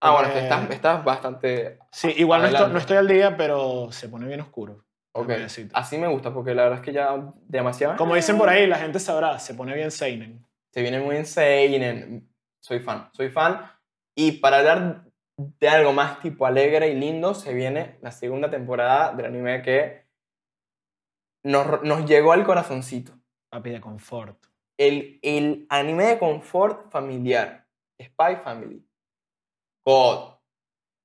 [SPEAKER 2] ah, bueno, es que
[SPEAKER 1] eh,
[SPEAKER 2] estás, estás bastante...
[SPEAKER 1] Sí, igual no estoy,
[SPEAKER 2] Adelante.
[SPEAKER 1] no estoy al día, pero se pone bien oscuro.
[SPEAKER 2] Ok,
[SPEAKER 1] pobrecito.
[SPEAKER 2] así me gusta, porque la verdad es que ya demasiado...
[SPEAKER 1] Como dicen por ahí, la gente sabrá, se pone bien Seinen.
[SPEAKER 2] se viene muy en Seinen. Soy fan, soy fan. Y para hablar de algo más tipo alegre y lindo, se viene la segunda temporada del anime que nos, nos llegó al corazoncito.
[SPEAKER 1] Papi de confort.
[SPEAKER 2] el, el anime de confort familiar, Spy Family. God,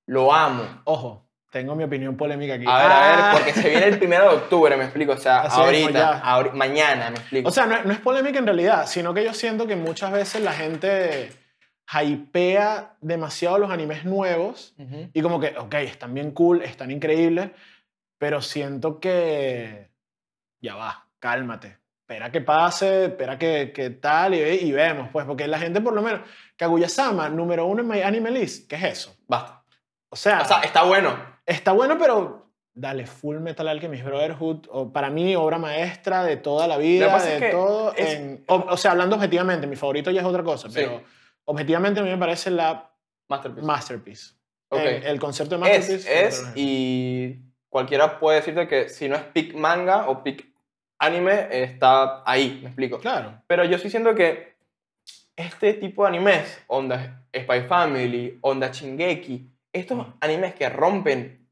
[SPEAKER 2] lo amo.
[SPEAKER 1] Ojo, tengo mi opinión polémica aquí.
[SPEAKER 2] A ver,
[SPEAKER 1] Ah.
[SPEAKER 2] a ver, porque se viene el primero de octubre, me explico. O sea,
[SPEAKER 1] Así es,
[SPEAKER 2] ahorita,
[SPEAKER 1] ya.
[SPEAKER 2] ahori- mañana, me explico.
[SPEAKER 1] O sea, no, es- no es polémica en realidad, sino que yo siento que muchas veces la gente hypea demasiado los animes nuevos
[SPEAKER 2] Ujú.
[SPEAKER 1] y como que, ok, están bien cool, están increíbles, pero siento que ya va, cálmate. Espera que pase, espera que, que tal y, ve- y vemos, pues, porque la gente por lo menos, Kaguya-sama, número uno en My Anime List, ¿qué es eso?
[SPEAKER 2] Basta.
[SPEAKER 1] O sea,
[SPEAKER 2] O sea, está bueno.
[SPEAKER 1] está bueno, pero dale, Full Metal Alchemist Brotherhood, o para mí, obra maestra de toda la
[SPEAKER 2] Lo que
[SPEAKER 1] vida,
[SPEAKER 2] pasa
[SPEAKER 1] de
[SPEAKER 2] es que
[SPEAKER 1] todo.
[SPEAKER 2] es-
[SPEAKER 1] en- o, o sea, hablando objetivamente, mi favorito ya es otra cosa,
[SPEAKER 2] Sí.
[SPEAKER 1] pero objetivamente a mí me parece la
[SPEAKER 2] Masterpiece.
[SPEAKER 1] masterpiece.
[SPEAKER 2] Ok.
[SPEAKER 1] El, el concepto de
[SPEAKER 2] es,
[SPEAKER 1] eh, masterpiece.
[SPEAKER 2] es, y cualquiera puede decirte que si no es pick manga o pick anime, está ahí, me explico.
[SPEAKER 1] Claro.
[SPEAKER 2] Pero yo sí siento que este tipo de animes, onda Spy Family, onda Shingeki, estos animes que rompen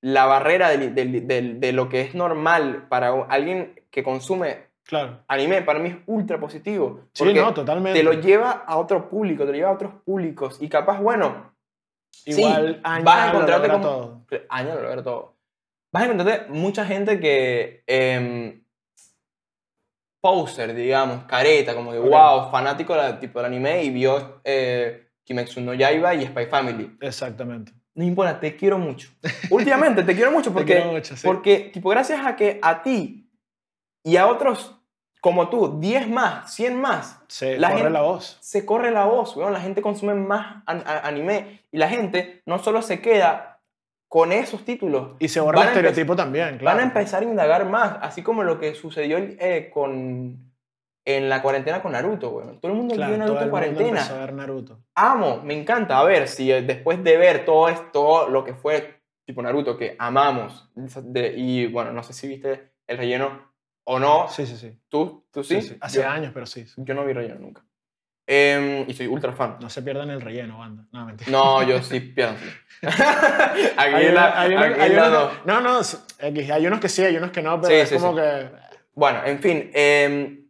[SPEAKER 2] la barrera del- del- del- de lo que es normal para u- alguien que consume
[SPEAKER 1] Claro.
[SPEAKER 2] anime, para mí es ultra positivo.
[SPEAKER 1] Sí,
[SPEAKER 2] porque
[SPEAKER 1] no, totalmente.
[SPEAKER 2] te lo lleva a otro público, te lo lleva a otros públicos. Y capaz, bueno,
[SPEAKER 1] Igual
[SPEAKER 2] sí,
[SPEAKER 1] Anya
[SPEAKER 2] vas a
[SPEAKER 1] lo
[SPEAKER 2] encontrarte
[SPEAKER 1] logra
[SPEAKER 2] con-
[SPEAKER 1] todo.
[SPEAKER 2] año lo logra todo. Vas a encontrarte mucha gente que. Eh, poster, digamos, careta, como que
[SPEAKER 1] Ok.
[SPEAKER 2] wow, fanático del tipo del anime y vio eh, Kimetsu no Yaiba y Spy Family.
[SPEAKER 1] Exactamente.
[SPEAKER 2] No importa, te quiero mucho. Últimamente te quiero mucho
[SPEAKER 1] Te
[SPEAKER 2] porque.
[SPEAKER 1] quiero mucho, sí.
[SPEAKER 2] Porque, tipo, gracias a que a ti y a otros como tú, 10 más, 100 más,
[SPEAKER 1] Se
[SPEAKER 2] la
[SPEAKER 1] corre
[SPEAKER 2] gente-
[SPEAKER 1] la voz.
[SPEAKER 2] se corre la voz, weón. La gente consume más an- a- anime y la gente no solo se queda con esos títulos,
[SPEAKER 1] Y se borra el
[SPEAKER 2] Van a empe-
[SPEAKER 1] estereotipo también, claro.
[SPEAKER 2] van a empezar a indagar más, así como lo que sucedió eh, con en la cuarentena con Naruto, weón. Todo el mundo
[SPEAKER 1] Claro,
[SPEAKER 2] vio
[SPEAKER 1] todo
[SPEAKER 2] Naruto
[SPEAKER 1] el
[SPEAKER 2] en
[SPEAKER 1] mundo
[SPEAKER 2] cuarentena.
[SPEAKER 1] empezó a ver Naruto.
[SPEAKER 2] Amo, me encanta. A ver, si eh, después de ver todo esto, todo lo que fue tipo Naruto que amamos de- y bueno, no sé si viste el relleno o no.
[SPEAKER 1] Sí, sí, sí.
[SPEAKER 2] ¿Tú, tú sí?
[SPEAKER 1] sí, sí. Hace
[SPEAKER 2] yo,
[SPEAKER 1] años, pero sí. sí.
[SPEAKER 2] yo no vi relleno nunca. Em, y soy ultra fan.
[SPEAKER 1] No se pierdan el relleno, banda. No, mentira.
[SPEAKER 2] No, yo sí pienso.
[SPEAKER 1] Hay
[SPEAKER 2] Águila,
[SPEAKER 1] una- hay una- hay
[SPEAKER 2] águila
[SPEAKER 1] unos
[SPEAKER 2] no.
[SPEAKER 1] que- no, no, s- X, hay unos que sí, hay unos que no, pero
[SPEAKER 2] Sí,
[SPEAKER 1] es
[SPEAKER 2] sí,
[SPEAKER 1] como
[SPEAKER 2] sí.
[SPEAKER 1] que...
[SPEAKER 2] Bueno, en fin. em,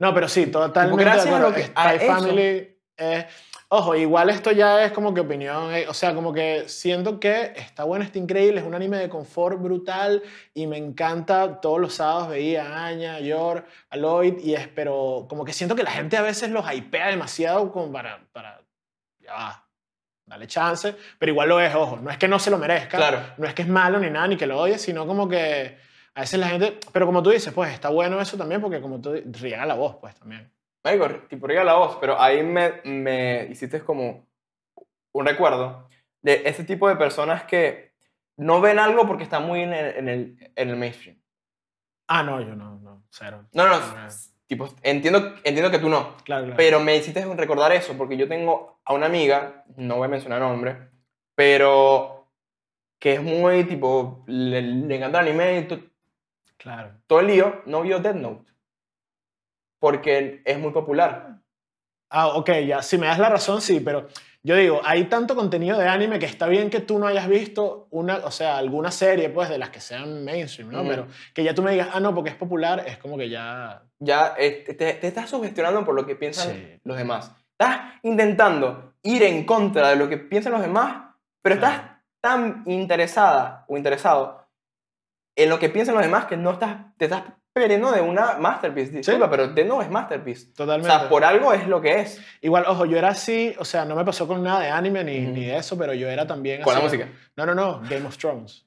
[SPEAKER 1] No, pero sí, totalmente
[SPEAKER 2] Gracias
[SPEAKER 1] de
[SPEAKER 2] a
[SPEAKER 1] acuerdo.
[SPEAKER 2] lo que-
[SPEAKER 1] Spy
[SPEAKER 2] a eso.
[SPEAKER 1] Family es- Ojo, igual esto ya es como que opinión, eh, o sea, como que siento que está bueno, está increíble, es un anime de confort brutal y me encanta, todos los sábados veía a Anya, a Yor, a Lloyd y es, pero como que siento que la gente a veces los hypea demasiado como para, para ya va, dale chance, pero igual lo es, ojo, no es que no se lo merezca,
[SPEAKER 2] claro.
[SPEAKER 1] no es que es malo ni nada, ni que lo odie, sino como que a veces la gente, pero como tú dices, pues está bueno eso también porque como tú riega la voz, pues también.
[SPEAKER 2] Marico, tipo, riega la voz, pero ahí me, me hiciste como un recuerdo de ese tipo de personas que no ven algo porque están muy en el, en el, en el mainstream.
[SPEAKER 1] Ah, no, yo no, no, cero.
[SPEAKER 2] No, no,
[SPEAKER 1] Ah,
[SPEAKER 2] no. Tipo, entiendo, entiendo que tú no,
[SPEAKER 1] Claro, claro.
[SPEAKER 2] Pero me hiciste recordar eso, porque yo tengo a una amiga, no voy a mencionar nombre, pero que es muy tipo, le, le encanta el anime, to-
[SPEAKER 1] claro.
[SPEAKER 2] todo el lío, no vio Death Note. Porque es muy popular.
[SPEAKER 1] Ah, ok, ya, si me das la razón, sí, pero yo digo, hay tanto contenido de anime que está bien que tú no hayas visto una, o sea, alguna serie, pues, de las que sean mainstream, ¿no?
[SPEAKER 2] Ujú.
[SPEAKER 1] Pero que ya tú me digas, ah, no, porque es popular, es como que ya...
[SPEAKER 2] Ya eh, te, te estás sugestionando por lo que piensan
[SPEAKER 1] Sí.
[SPEAKER 2] los demás. Estás intentando ir en contra de lo que piensan los demás, pero estás
[SPEAKER 1] Claro.
[SPEAKER 2] tan interesada o interesado en lo que piensan los demás que no estás, te estás perdiendo de una masterpiece. Disculpa, pero Death Note es masterpiece. O
[SPEAKER 1] Totalmente.
[SPEAKER 2] sea, por algo es lo que es.
[SPEAKER 1] Igual, ojo, yo era así, o sea, no me pasó con nada de anime ni,
[SPEAKER 2] Ujú.
[SPEAKER 1] ni de eso, pero yo era también...
[SPEAKER 2] Con la
[SPEAKER 1] así-
[SPEAKER 2] música.
[SPEAKER 1] No, no, no, Game of Thrones.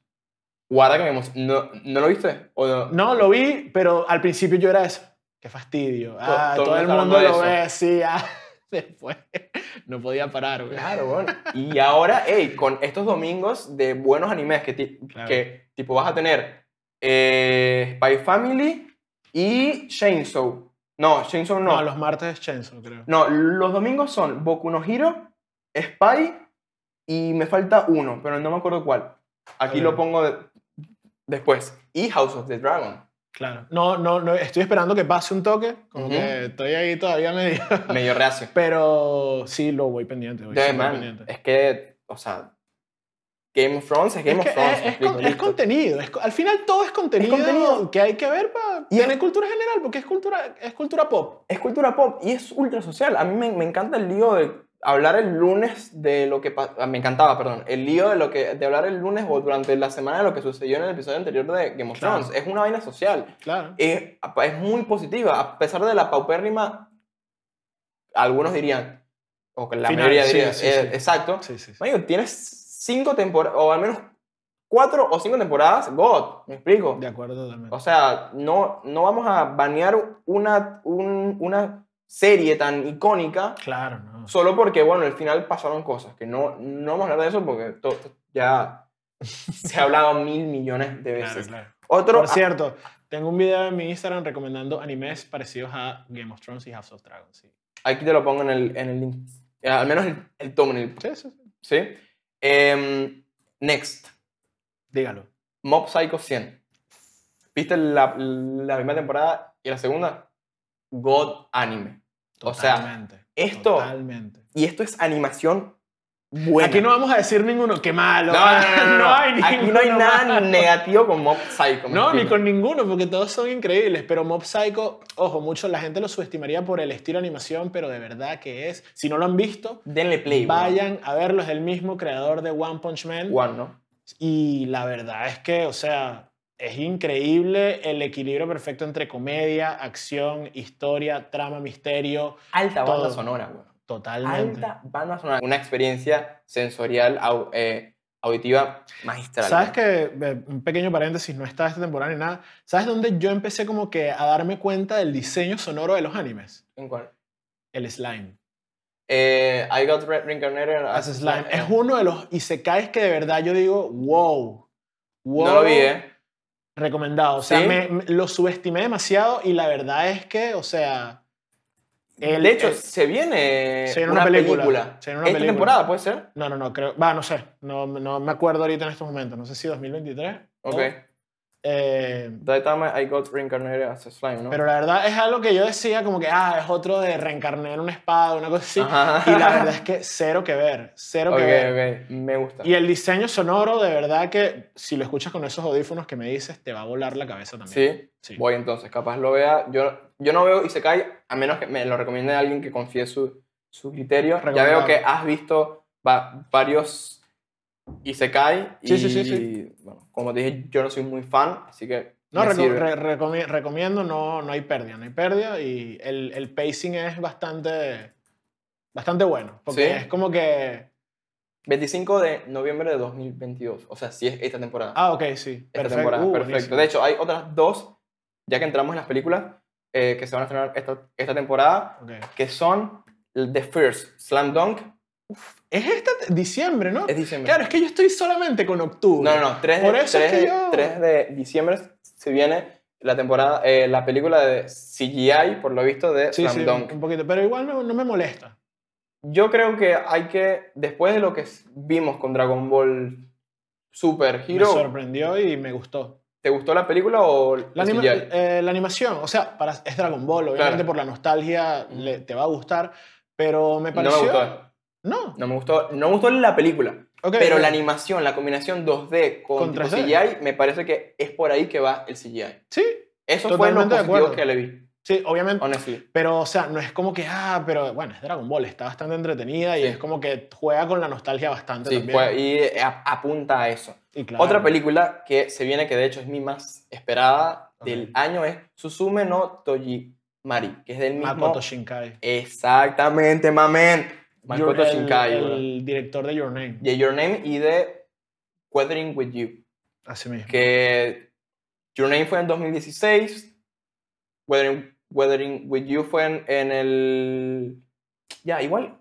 [SPEAKER 2] Guarda que vemos. ¿No, ¿no lo viste? ¿O no?
[SPEAKER 1] No, lo vi, pero al principio yo era eso. Qué fastidio. Ah,
[SPEAKER 2] todo
[SPEAKER 1] todo, el
[SPEAKER 2] el mundo
[SPEAKER 1] mundo
[SPEAKER 2] está
[SPEAKER 1] lo
[SPEAKER 2] hablando de
[SPEAKER 1] ve, sí. ah. después no podía parar, güey.
[SPEAKER 2] Claro, bueno. Y ahora, hey, con estos domingos de buenos animes que, ti-
[SPEAKER 1] Claro.
[SPEAKER 2] que tipo vas a tener eh, Spy Family y Chainsaw. No, Chainsaw no.
[SPEAKER 1] No, los martes es Chainsaw, creo.
[SPEAKER 2] No, los domingos son Boku no Hero, Spy y me falta uno, pero no me acuerdo cuál. Aquí
[SPEAKER 1] A
[SPEAKER 2] lo
[SPEAKER 1] ver.
[SPEAKER 2] pongo de- después. Y House of the Dragon.
[SPEAKER 1] Claro. No, no, no, estoy esperando que pase un toque. Como
[SPEAKER 2] Ujú.
[SPEAKER 1] que estoy ahí todavía medio.
[SPEAKER 2] Medio reacio.
[SPEAKER 1] Pero sí, lo voy pendiente. Voy
[SPEAKER 2] De
[SPEAKER 1] súper
[SPEAKER 2] man,
[SPEAKER 1] pendiente.
[SPEAKER 2] es que, o sea, Game of Thrones es Game
[SPEAKER 1] es, que
[SPEAKER 2] of Thrones.
[SPEAKER 1] es-
[SPEAKER 2] me
[SPEAKER 1] es
[SPEAKER 2] explico,
[SPEAKER 1] con- es
[SPEAKER 2] listo.
[SPEAKER 1] contenido. es co- al final todo es contenido,
[SPEAKER 2] contenido.
[SPEAKER 1] que hay que ver para
[SPEAKER 2] Y es-
[SPEAKER 1] tener cultura general, porque es cultura, es cultura pop.
[SPEAKER 2] es cultura pop y es ultra social. A mí me, me encanta el lío de hablar el lunes de lo que pa- ah, me encantaba, perdón, el lío de lo que de hablar el lunes o durante la semana de lo que sucedió en el episodio anterior de Game of
[SPEAKER 1] Claro.
[SPEAKER 2] Thrones. Es una vaina social.
[SPEAKER 1] Claro.
[SPEAKER 2] Es, es muy positiva a pesar de la paupérrima algunos dirían o que la
[SPEAKER 1] Final,
[SPEAKER 2] mayoría
[SPEAKER 1] sí,
[SPEAKER 2] diría,
[SPEAKER 1] sí,
[SPEAKER 2] eh,
[SPEAKER 1] sí.
[SPEAKER 2] exacto.
[SPEAKER 1] Sí, sí, sí.
[SPEAKER 2] Marico, tienes cinco temporadas o al menos cuatro o cinco temporadas, god, me explico.
[SPEAKER 1] De acuerdo totalmente.
[SPEAKER 2] O sea, no, no vamos a banear una, un- una serie tan icónica
[SPEAKER 1] Claro, no.
[SPEAKER 2] solo porque, bueno, al final pasaron cosas. Que no, no vamos a hablar de eso porque to- to- ya se ha hablado mil millones de
[SPEAKER 1] Claro,
[SPEAKER 2] veces.
[SPEAKER 1] claro.
[SPEAKER 2] Otro,
[SPEAKER 1] Por cierto, tengo un video en mi Instagram recomendando animes parecidos a Game of Thrones y House of Dragons. Sí,
[SPEAKER 2] a- aquí te lo pongo en el, en el link. Eh, Al menos el, el thumbnail,
[SPEAKER 1] sí, sí, sí.
[SPEAKER 2] ¿sí? Em, next,
[SPEAKER 1] Dígalo.
[SPEAKER 2] Mob Psycho 100. ¿Viste la, la primera temporada y la segunda? God Anime. O sea,
[SPEAKER 1] Totalmente,
[SPEAKER 2] esto-
[SPEAKER 1] Totalmente.
[SPEAKER 2] Y esto es animación buena.
[SPEAKER 1] Aquí no vamos a decir ninguno, qué malo.
[SPEAKER 2] No, no, no, no, no.
[SPEAKER 1] hay
[SPEAKER 2] Aquí no hay
[SPEAKER 1] ninguno
[SPEAKER 2] nada
[SPEAKER 1] malo.
[SPEAKER 2] negativo con Mob Psycho. ¿me
[SPEAKER 1] No, ni
[SPEAKER 2] entiendes?
[SPEAKER 1] con ninguno, porque todos son increíbles. Pero Mob Psycho, ojo, mucho la gente lo subestimaría por el estilo de animación, pero de verdad que es. Si no lo han visto,
[SPEAKER 2] Denle play. weón.
[SPEAKER 1] vayan a verlo. Es el mismo creador de One Punch Man.
[SPEAKER 2] One, ¿no?
[SPEAKER 1] Y la verdad es que, o sea, es increíble el equilibrio perfecto entre comedia, acción, historia, trama, misterio.
[SPEAKER 2] Alta banda
[SPEAKER 1] Todo.
[SPEAKER 2] sonora, weón.
[SPEAKER 1] Totalmente.
[SPEAKER 2] Alta banda sonora. Una experiencia sensorial, au- eh, auditiva magistral.
[SPEAKER 1] ¿Sabes
[SPEAKER 2] weón.
[SPEAKER 1] que Un pequeño paréntesis, no está esta temporada ni nada. ¿Sabes dónde yo empecé como que a darme cuenta del diseño sonoro de los animes?
[SPEAKER 2] ¿En cuál?
[SPEAKER 1] El slime.
[SPEAKER 2] Eh, I Got Re- Reincarnated as
[SPEAKER 1] Hace slime.
[SPEAKER 2] eh,
[SPEAKER 1] Es uno de los isekais que de verdad yo digo, wow. wow
[SPEAKER 2] No lo vi, ¿eh?
[SPEAKER 1] Recomendado. O sea,
[SPEAKER 2] ¿Sí?
[SPEAKER 1] me- me- lo subestimé demasiado y la verdad es que, o sea. el-
[SPEAKER 2] de hecho,
[SPEAKER 1] el-
[SPEAKER 2] se viene
[SPEAKER 1] se viene
[SPEAKER 2] una,
[SPEAKER 1] una película.
[SPEAKER 2] película.
[SPEAKER 1] Se viene una
[SPEAKER 2] Esta
[SPEAKER 1] película.
[SPEAKER 2] temporada, ¿puede ser?
[SPEAKER 1] no, no, no, creo. Va, no sé. No, no me acuerdo ahorita en estos momentos. No sé si 2023. o-
[SPEAKER 2] Ok.
[SPEAKER 1] eh,
[SPEAKER 2] That time I got reincarnated as a slime, ¿no?
[SPEAKER 1] pero la verdad es algo que yo decía como que, ah, es otro de reencarnar una espada, una cosa así.
[SPEAKER 2] Ajá.
[SPEAKER 1] Y la verdad es que cero que ver, cero que ver.
[SPEAKER 2] Ok, ok. Me gusta.
[SPEAKER 1] Y el diseño sonoro, de verdad que si lo escuchas con esos audífonos que me dices, te va a volar la cabeza también.
[SPEAKER 2] Sí.
[SPEAKER 1] Sí.
[SPEAKER 2] Voy entonces, capaz lo vea. Yo, yo no veo Isekai a menos que me lo recomiende alguien que confíe su, su criterio. Ya
[SPEAKER 1] Recomendado.
[SPEAKER 2] veo que has visto va- varios Isekai.
[SPEAKER 1] Sí,
[SPEAKER 2] y,
[SPEAKER 1] sí, sí, sí.
[SPEAKER 2] Bueno, como te dije, yo no soy muy fan, así que.
[SPEAKER 1] No,
[SPEAKER 2] me
[SPEAKER 1] reco-
[SPEAKER 2] sirve.
[SPEAKER 1] re- recomi- recomiendo, no, no hay pérdida, no hay pérdida y el, el pacing es bastante, bastante bueno, porque
[SPEAKER 2] Sí.
[SPEAKER 1] es como que,
[SPEAKER 2] 25 de noviembre de 2022. O sea, sí es esta temporada.
[SPEAKER 1] ah, ok, sí,
[SPEAKER 2] esta
[SPEAKER 1] perfecto,
[SPEAKER 2] temporada,
[SPEAKER 1] uh,
[SPEAKER 2] perfecto.
[SPEAKER 1] buenísimo.
[SPEAKER 2] De hecho, hay otras dos, ya que entramos en las películas, eh, que se van a estrenar esta, esta temporada,
[SPEAKER 1] Ok.
[SPEAKER 2] que son The First, Slam Dunk.
[SPEAKER 1] Es este diciembre, ¿no?
[SPEAKER 2] Es diciembre.
[SPEAKER 1] Claro, es que yo estoy solamente con octubre.
[SPEAKER 2] No, no, no. 3 de,
[SPEAKER 1] Por eso es
[SPEAKER 2] tres
[SPEAKER 1] que
[SPEAKER 2] de-
[SPEAKER 1] yo-
[SPEAKER 2] tres de diciembre se viene la temporada, eh, la película de CGI, por lo visto, de
[SPEAKER 1] Sí,
[SPEAKER 2] Slam
[SPEAKER 1] sí,
[SPEAKER 2] Dunk.
[SPEAKER 1] un poquito, pero igual no, no me molesta.
[SPEAKER 2] Yo creo que hay que, después de lo que s- vimos con Dragon Ball Super
[SPEAKER 1] Me
[SPEAKER 2] Hero,
[SPEAKER 1] sorprendió y me gustó.
[SPEAKER 2] ¿te gustó la película o
[SPEAKER 1] La,
[SPEAKER 2] el
[SPEAKER 1] anima-
[SPEAKER 2] CGI?
[SPEAKER 1] eh, la animación, o sea, para, es Dragon Ball, obviamente
[SPEAKER 2] Claro.
[SPEAKER 1] por la nostalgia le- te va a gustar, pero me
[SPEAKER 2] No me
[SPEAKER 1] pareció...
[SPEAKER 2] gustó.
[SPEAKER 1] No,
[SPEAKER 2] No me gustó, no me gustó la película,
[SPEAKER 1] ok,
[SPEAKER 2] pero
[SPEAKER 1] ok.
[SPEAKER 2] la animación, la combinación 2D con,
[SPEAKER 1] Con
[SPEAKER 2] tipo
[SPEAKER 1] 3D.
[SPEAKER 2] CGI, me parece que es por ahí que va el CGI.
[SPEAKER 1] Sí,
[SPEAKER 2] Eso
[SPEAKER 1] Totalmente de
[SPEAKER 2] fue lo positivo
[SPEAKER 1] acuerdo.
[SPEAKER 2] que le vi,
[SPEAKER 1] sí, obviamente.
[SPEAKER 2] honestly.
[SPEAKER 1] Pero, o sea, no es como que, ah, pero bueno, es Dragon Ball, está bastante entretenida y
[SPEAKER 2] Sí.
[SPEAKER 1] es como que juega con la nostalgia bastante
[SPEAKER 2] Sí,
[SPEAKER 1] también.
[SPEAKER 2] fue- y eh, a- apunta a eso.
[SPEAKER 1] Y claro,
[SPEAKER 2] Otra película que se viene, que de hecho es mi más esperada
[SPEAKER 1] Ok.
[SPEAKER 2] del año, es Susume no Tojimari, que es del mismo...
[SPEAKER 1] Makoto Shinkai.
[SPEAKER 2] Exactamente, mamen. Makoto
[SPEAKER 1] Your- el-
[SPEAKER 2] Shinkai,
[SPEAKER 1] El,
[SPEAKER 2] bro.
[SPEAKER 1] director de Your Name,
[SPEAKER 2] De Your Name y de Weathering With You,
[SPEAKER 1] así mismo.
[SPEAKER 2] que Your Name fue en 2016, Weathering, Weathering With You fue en, en el... Ya, igual,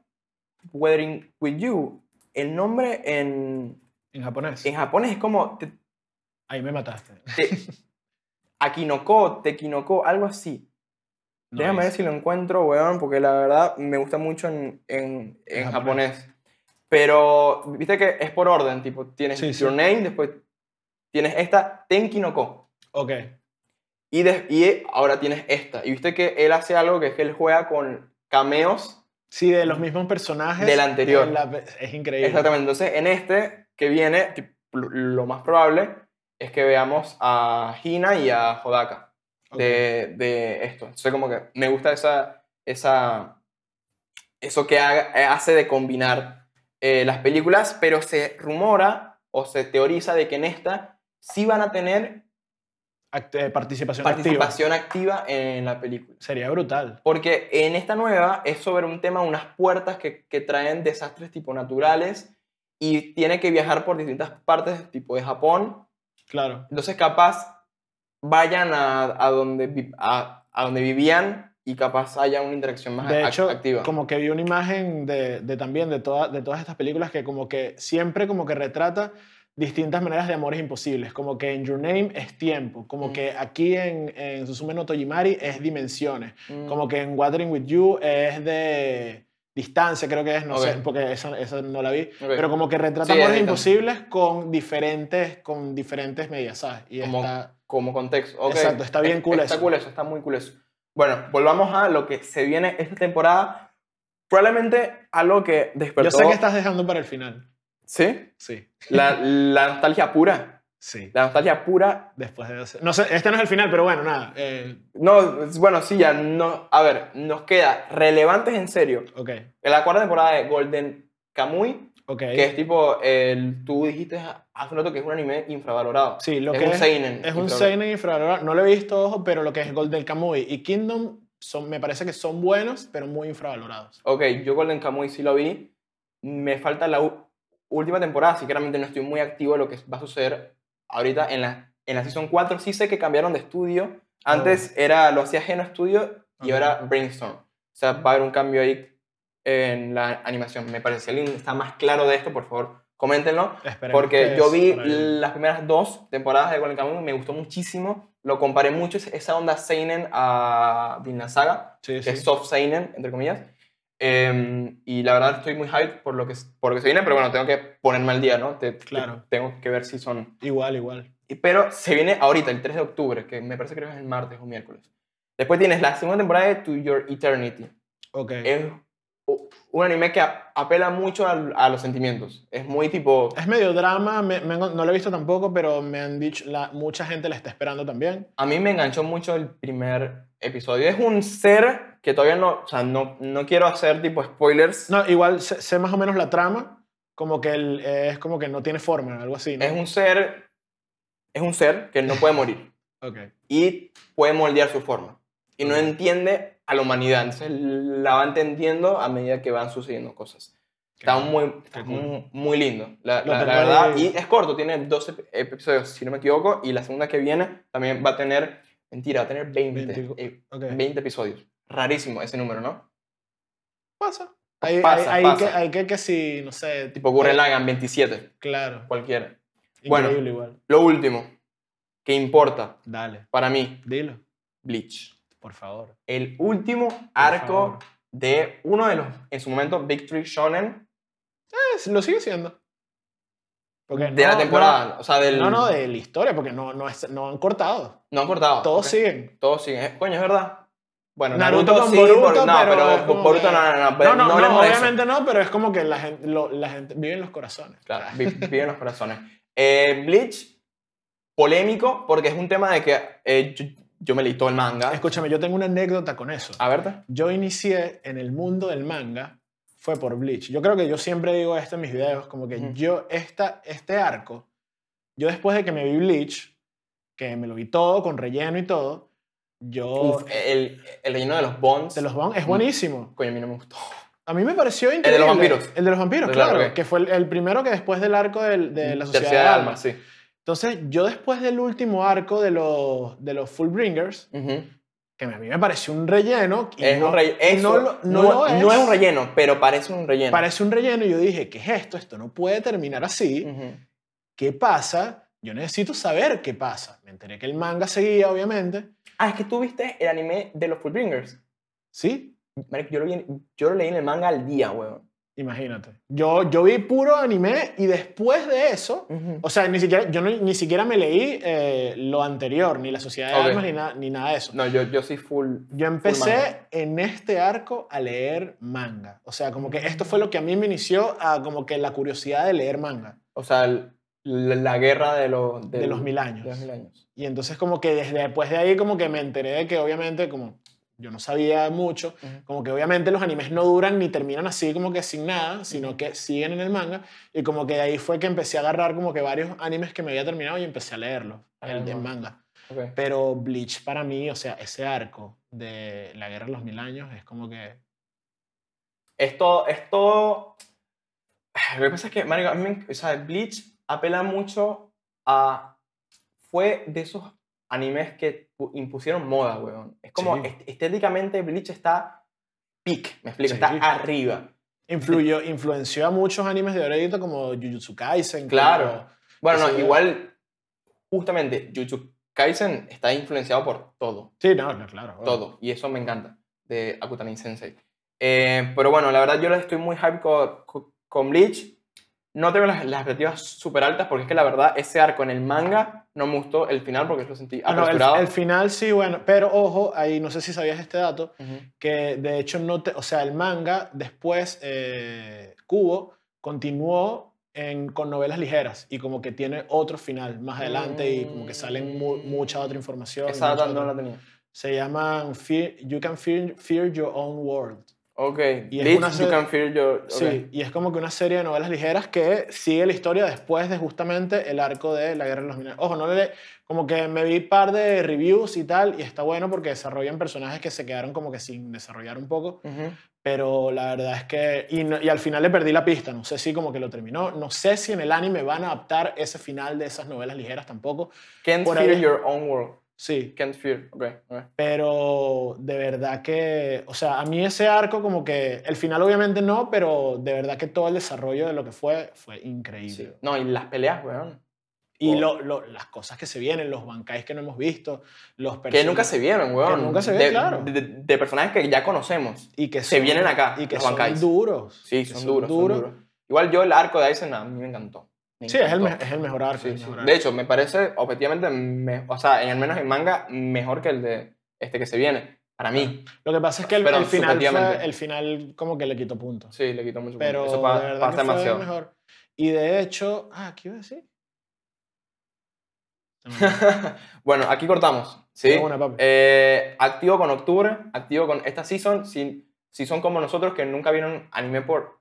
[SPEAKER 2] Weathering With You, el nombre en,
[SPEAKER 1] En japonés.
[SPEAKER 2] en japonés es como... te-
[SPEAKER 1] Ahí me mataste.
[SPEAKER 2] te- Akinoko, Tekinoko, algo así.
[SPEAKER 1] No
[SPEAKER 2] Déjame ver
[SPEAKER 1] hice.
[SPEAKER 2] si lo encuentro, weón, porque la verdad me gusta mucho en, en, en
[SPEAKER 1] En japonés.
[SPEAKER 2] japonés. Pero, viste que es por orden, tipo, tienes
[SPEAKER 1] Sí, sí.
[SPEAKER 2] Your Name, después tienes esta, Tenkinoko.
[SPEAKER 1] Ok,
[SPEAKER 2] Y, des- y ahora tienes esta. Y viste que él hace algo que es que él juega con cameos
[SPEAKER 1] Sí, de los mismos personajes.
[SPEAKER 2] Del anterior.
[SPEAKER 1] en la- es increíble.
[SPEAKER 2] Exactamente. Entonces, en este que viene, tip- lo- lo más probable es que veamos a Hina y a Hodaka
[SPEAKER 1] Ok.
[SPEAKER 2] de, de esto. Entonces, como que me gusta esa, esa, eso que haga- eh, hace de combinar eh, las películas, pero se rumora o se teoriza de que en esta sí van a tener
[SPEAKER 1] Act- eh, participación, activa.
[SPEAKER 2] participación activa en la película.
[SPEAKER 1] Sería brutal.
[SPEAKER 2] Porque en esta nueva es sobre un tema, unas puertas que, que traen desastres tipo naturales y tiene que viajar por distintas partes tipo de Japón.
[SPEAKER 1] Claro.
[SPEAKER 2] Entonces capaz vayan a, a donde, vi- a, a donde vivían y capaz haya una interacción más
[SPEAKER 1] De
[SPEAKER 2] ac-
[SPEAKER 1] hecho,
[SPEAKER 2] activa.
[SPEAKER 1] como que vi una imagen de, de también de, toda- de todas estas películas que como que siempre como que retrata distintas maneras de amores imposibles. Como que en Your Name es tiempo, como
[SPEAKER 2] Mm.
[SPEAKER 1] que aquí en, en Susume no Tojimari es dimensiones,
[SPEAKER 2] Mm,
[SPEAKER 1] como que en Watering With You es de distancia, creo que es, no
[SPEAKER 2] Ok.
[SPEAKER 1] sé, porque esa, esa no la vi.
[SPEAKER 2] ok.
[SPEAKER 1] Pero como que retrata
[SPEAKER 2] Sí, es
[SPEAKER 1] amores
[SPEAKER 2] distinto.
[SPEAKER 1] imposibles con diferentes, con diferentes medias, ¿sabes? Y
[SPEAKER 2] Como-
[SPEAKER 1] está...
[SPEAKER 2] como contexto. ok.
[SPEAKER 1] Exacto, está bien
[SPEAKER 2] Es-
[SPEAKER 1] cool
[SPEAKER 2] Está
[SPEAKER 1] eso.
[SPEAKER 2] cool eso, está muy cool eso. Bueno, volvamos a lo que se viene esta temporada. Probablemente algo que despertó...
[SPEAKER 1] Yo sé que estás dejando para el final.
[SPEAKER 2] ¿Sí?
[SPEAKER 1] Sí,
[SPEAKER 2] La, la nostalgia pura.
[SPEAKER 1] sí.
[SPEAKER 2] La nostalgia pura.
[SPEAKER 1] Después de doce- No sé, este no es el final, pero bueno, nada. eh,
[SPEAKER 2] No, es- bueno, sí, ya no. A ver, nos queda relevantes en serio.
[SPEAKER 1] ok,
[SPEAKER 2] La cuarta temporada de Golden Kamuy,
[SPEAKER 1] ok.
[SPEAKER 2] que es tipo, el, tú dijiste hace un rato que es un anime infravalorado.
[SPEAKER 1] Sí, lo
[SPEAKER 2] es
[SPEAKER 1] que
[SPEAKER 2] un
[SPEAKER 1] es-
[SPEAKER 2] seinen.
[SPEAKER 1] Es un
[SPEAKER 2] infravalorado.
[SPEAKER 1] seinen infravalorado. No lo he visto, ojo, pero lo que es Golden Kamuy y Kingdom son, me parece que son buenos, pero muy infravalorados.
[SPEAKER 2] Ok, yo Golden Kamuy sí lo vi. Me falta la u- última temporada, así que realmente no estoy muy activo de lo que va a suceder ahorita en la, en la Season 4. Sí sé que cambiaron de estudio. Antes
[SPEAKER 1] Oh.
[SPEAKER 2] era lo hacía ajeno estudio y
[SPEAKER 1] Ok.
[SPEAKER 2] ahora Brainstorm. O sea, va a haber un cambio ahí en la animación. Me parece. Si alguien está más claro de esto, por favor, coméntenlo.
[SPEAKER 1] Esperemos
[SPEAKER 2] Porque
[SPEAKER 1] que
[SPEAKER 2] yo
[SPEAKER 1] es
[SPEAKER 2] vi
[SPEAKER 1] para bien.
[SPEAKER 2] las primeras dos temporadas de Golden Kamuy, me gustó muchísimo. Lo comparé mucho, es- esa onda Seinen a Vinland Saga
[SPEAKER 1] Sí,
[SPEAKER 2] que
[SPEAKER 1] sí.
[SPEAKER 2] es soft seinen, entre comillas. Eh, y la verdad estoy muy hyped por lo, que, por lo que se viene, pero bueno, tengo que ponerme al día, ¿no? Te- te-
[SPEAKER 1] Claro.
[SPEAKER 2] tengo que ver si son...
[SPEAKER 1] Igual, igual.
[SPEAKER 2] y- Pero se viene ahorita, el 3 de octubre, que me parece que es el martes o miércoles. Después tienes la segunda temporada de To Your Eternity.
[SPEAKER 1] Ok. Es,
[SPEAKER 2] Es u- un anime que a- apela mucho al- a, los sentimientos. Es muy tipo...
[SPEAKER 1] medio drama, me- me han- no lo he visto tampoco, pero me han dicho, la, mucha gente la está esperando también.
[SPEAKER 2] A mí me enganchó mucho el primer episodio. Es un ser que todavía no... O sea, no, no quiero hacer tipo spoilers.
[SPEAKER 1] No, igual sé, sé más o menos la trama, como que el- eh, es como que no tiene forma, algo así, ¿no?
[SPEAKER 2] es un ser es un ser que no puede morir
[SPEAKER 1] Ok,
[SPEAKER 2] y puede moldear su forma y no
[SPEAKER 1] Ok.
[SPEAKER 2] entiende a la humanidad entonces la va entendiendo a medida que van sucediendo cosas está muy está
[SPEAKER 1] qué
[SPEAKER 2] muy, muy lindo la,
[SPEAKER 1] Lo
[SPEAKER 2] la- la
[SPEAKER 1] tendré-
[SPEAKER 2] verdad y es corto tiene 12 ep- episodios si no me equivoco y la segunda que viene también va a tener mentira va a tener 20
[SPEAKER 1] Veinticu-
[SPEAKER 2] eh,
[SPEAKER 1] ok.
[SPEAKER 2] 20 episodios rarísimo ese número no
[SPEAKER 1] Pasa. Hay,
[SPEAKER 2] Pasa,
[SPEAKER 1] hay- hay
[SPEAKER 2] pasa.
[SPEAKER 1] Que, hay que que si, no sé, tipo,
[SPEAKER 2] tipo Gurren Lagann 27
[SPEAKER 1] claro,
[SPEAKER 2] cualquiera Bueno.
[SPEAKER 1] increíble igual.
[SPEAKER 2] lo último que importa
[SPEAKER 1] Dale,
[SPEAKER 2] para mí
[SPEAKER 1] dilo,
[SPEAKER 2] Bleach
[SPEAKER 1] por favor.
[SPEAKER 2] el último
[SPEAKER 1] Por
[SPEAKER 2] arco
[SPEAKER 1] favor.
[SPEAKER 2] de uno de los, en su momento, Victory Shonen
[SPEAKER 1] Es- Lo sigue siendo. Porque
[SPEAKER 2] de la
[SPEAKER 1] no-
[SPEAKER 2] temporada. o sea, del.
[SPEAKER 1] No, no, no, de la historia, porque no, no, es- no han cortado.
[SPEAKER 2] no han cortado.
[SPEAKER 1] Todos
[SPEAKER 2] Ah, ok.
[SPEAKER 1] siguen.
[SPEAKER 2] Todos siguen. Eh, Coño, es verdad. Bueno, Naruto,
[SPEAKER 1] Naruto con
[SPEAKER 2] sí,
[SPEAKER 1] Boruto,
[SPEAKER 2] por- no,
[SPEAKER 1] pero
[SPEAKER 2] pero,
[SPEAKER 1] es como
[SPEAKER 2] Boruto
[SPEAKER 1] que-
[SPEAKER 2] no, no, no.
[SPEAKER 1] No, no, no,
[SPEAKER 2] hablemos de eso.
[SPEAKER 1] obviamente no, pero es como que la gente, lo- la gente vive en los corazones.
[SPEAKER 2] Claro, vi- vive en los corazones. Eh, Bleach, polémico, porque es un tema de que eh, yo, yo me leí todo el manga.
[SPEAKER 1] Escúchame, yo tengo una anécdota con eso.
[SPEAKER 2] A verte.
[SPEAKER 1] yo inicié en el mundo del manga fue por Bleach. Yo creo que yo siempre digo esto en mis videos, como que
[SPEAKER 2] Ujú.
[SPEAKER 1] yo, esta, este arco, yo después de que me vi Bleach, que me lo vi todo, con relleno y todo, yo...
[SPEAKER 2] Uf, el, el relleno de los bonds.
[SPEAKER 1] de los van es buenísimo.
[SPEAKER 2] Coño, a mí no me gustó.
[SPEAKER 1] A mí me pareció increíble.
[SPEAKER 2] de los vampiros.
[SPEAKER 1] El de los vampiros,
[SPEAKER 2] Del
[SPEAKER 1] claro.
[SPEAKER 2] arco, ok. Mm,
[SPEAKER 1] Que fue el, el primero que después del arco del- de, la Sociedad de
[SPEAKER 2] Tercera
[SPEAKER 1] Almas.
[SPEAKER 2] sí.
[SPEAKER 1] Entonces, yo después del último arco de los, de los Fullbringers,
[SPEAKER 2] Ujú.
[SPEAKER 1] que a mí me pareció un relleno. y
[SPEAKER 2] Es
[SPEAKER 1] no-
[SPEAKER 2] un relleno.
[SPEAKER 1] no lo- no lo es.
[SPEAKER 2] un relleno, pero parece un relleno.
[SPEAKER 1] Parece un relleno y yo dije, ¿qué es esto? Esto no puede terminar así.
[SPEAKER 2] Ujú.
[SPEAKER 1] ¿Qué pasa? Yo necesito saber qué pasa. Me enteré que el manga seguía, obviamente.
[SPEAKER 2] Ah, es que tú viste el anime de los Fullbringers.
[SPEAKER 1] ¿Sí?
[SPEAKER 2] Marico, Yo lo, vi en- yo lo leí en el manga al día, weón.
[SPEAKER 1] Imagínate. Yo, yo vi puro anime y después de eso,
[SPEAKER 2] Ujú.
[SPEAKER 1] o sea, ni siquiera, yo no- ni siquiera me leí eh, lo anterior, ni La Sociedad de
[SPEAKER 2] Ok.
[SPEAKER 1] Almas, ni, na- ni nada de eso.
[SPEAKER 2] No, yo, yo sí full.
[SPEAKER 1] Yo
[SPEAKER 2] manga.
[SPEAKER 1] empecé en este arco a leer manga. O sea, como que esto fue lo que a mí me inició a como que la curiosidad de leer manga
[SPEAKER 2] O sea, el- la, la guerra de, los
[SPEAKER 1] de los mil años.
[SPEAKER 2] De los mil años.
[SPEAKER 1] Y entonces como que desde después de ahí como que me enteré de que obviamente como yo no sabía mucho,
[SPEAKER 2] Ujú.
[SPEAKER 1] como que obviamente los animes no duran ni terminan así como que sin nada, sino que siguen en el manga. Y como que de ahí fue que empecé a agarrar como que varios animes que me había terminado y empecé a leerlos
[SPEAKER 2] Ah,
[SPEAKER 1] el- en
[SPEAKER 2] wow.
[SPEAKER 1] manga.
[SPEAKER 2] Ok.
[SPEAKER 1] Pero Bleach para mí, o sea, ese arco de la guerra de los mil años es como que...
[SPEAKER 2] Esto, esto... Lo que pasa es que, marico, a mí me- o sea, Bleach apela mucho a... Fue de esos animes que pu- impusieron moda, weón. Es como
[SPEAKER 1] Sí.
[SPEAKER 2] est- estéticamente Bleach está peak, me explico,
[SPEAKER 1] Sí.
[SPEAKER 2] está arriba.
[SPEAKER 1] Influyó, influenció a muchos animes de ahorita como Jujutsu Kaisen.
[SPEAKER 2] Claro. Bueno,
[SPEAKER 1] Sí.
[SPEAKER 2] no, igual, justamente, Jujutsu Kaisen está influenciado por todo.
[SPEAKER 1] Sí, no, no, claro. bueno.
[SPEAKER 2] todo. Y eso me encanta, de Akutami Sensei. Eh, pero bueno, la verdad yo les estoy muy hype co- co- con, Bleach. No tengo las, las expectativas súper altas porque es que la verdad ese arco en el manga no me gustó el final porque lo sentí
[SPEAKER 1] Ah, no, el,
[SPEAKER 2] apresurado.
[SPEAKER 1] el final sí, bueno, pero ojo, ahí no sé si sabías este dato,
[SPEAKER 2] Ujú.
[SPEAKER 1] que de hecho no te, o sea, el manga después eh, Kubo continuó en- con novelas ligeras y como que tiene otro final más adelante y como que salen mu- mucha otra información. y
[SPEAKER 2] Mm. Esa
[SPEAKER 1] mucha
[SPEAKER 2] data no
[SPEAKER 1] otra-
[SPEAKER 2] la tenía.
[SPEAKER 1] Se llaman Fear- You Can Fear, Fear Your Own World.
[SPEAKER 2] Ok,
[SPEAKER 1] es
[SPEAKER 2] Bleach,
[SPEAKER 1] una
[SPEAKER 2] you
[SPEAKER 1] serie-
[SPEAKER 2] can fear your... ok.
[SPEAKER 1] Sí, y es como que una serie de novelas ligeras que sigue la historia después de justamente el arco de la guerra de los mineros. Ojo, no le como que me vi par de reviews y tal, y está bueno porque desarrollan personajes que se quedaron como que sin desarrollar un poco,
[SPEAKER 2] Ujú.
[SPEAKER 1] pero la verdad es que, y, no- y al final le perdí la pista, no sé si como que lo terminó, no sé si en el anime van a adaptar ese final de esas novelas ligeras tampoco,
[SPEAKER 2] Can't
[SPEAKER 1] Por
[SPEAKER 2] fear
[SPEAKER 1] ahí-
[SPEAKER 2] your own world.
[SPEAKER 1] sí,
[SPEAKER 2] Can't fear. Ok, ok.
[SPEAKER 1] pero de verdad que, o sea, a mí ese arco como que, el final obviamente no, pero de verdad que todo el desarrollo de lo que fue fue increíble.
[SPEAKER 2] Sí. No, y las peleas, weón.
[SPEAKER 1] Y
[SPEAKER 2] Wow.
[SPEAKER 1] lo- lo- las cosas que se vienen, los bancais que no hemos visto, los
[SPEAKER 2] Que
[SPEAKER 1] personajes.
[SPEAKER 2] nunca se vieron, weón.
[SPEAKER 1] nunca se
[SPEAKER 2] De-
[SPEAKER 1] ven, claro.
[SPEAKER 2] De, de personajes que ya conocemos.
[SPEAKER 1] y que
[SPEAKER 2] se vienen acá,
[SPEAKER 1] Y que
[SPEAKER 2] los
[SPEAKER 1] son
[SPEAKER 2] bancais.
[SPEAKER 1] duros.
[SPEAKER 2] Sí,
[SPEAKER 1] que
[SPEAKER 2] son, duros, son duros. Igual yo el arco de Aizen a mí me encantó. me
[SPEAKER 1] Sí, es el,
[SPEAKER 2] encantó.
[SPEAKER 1] me- es el mejor arco.
[SPEAKER 2] Sí,
[SPEAKER 1] el
[SPEAKER 2] sí.
[SPEAKER 1] mejor arco.
[SPEAKER 2] De hecho, me parece objetivamente, me- o sea, en al menos en manga, mejor que el de este que se viene. Para mí,
[SPEAKER 1] Lo que pasa es que el,
[SPEAKER 2] pero
[SPEAKER 1] el final fue-
[SPEAKER 2] subjetivamente.
[SPEAKER 1] el final como que le quitó puntos.
[SPEAKER 2] sí, le quitó mucho punto.
[SPEAKER 1] pero
[SPEAKER 2] Eso
[SPEAKER 1] de
[SPEAKER 2] pa-
[SPEAKER 1] verdad
[SPEAKER 2] pasa
[SPEAKER 1] que fue
[SPEAKER 2] demasiado.
[SPEAKER 1] el mejor. Y de hecho, ah, ¿qué iba a decir? Se me olvidó.
[SPEAKER 2] bueno, aquí cortamos. ¿sí?
[SPEAKER 1] De una, papi.
[SPEAKER 2] Eh, activo con octubre, activo con esta season. Si, si son como nosotros que nunca vieron anime por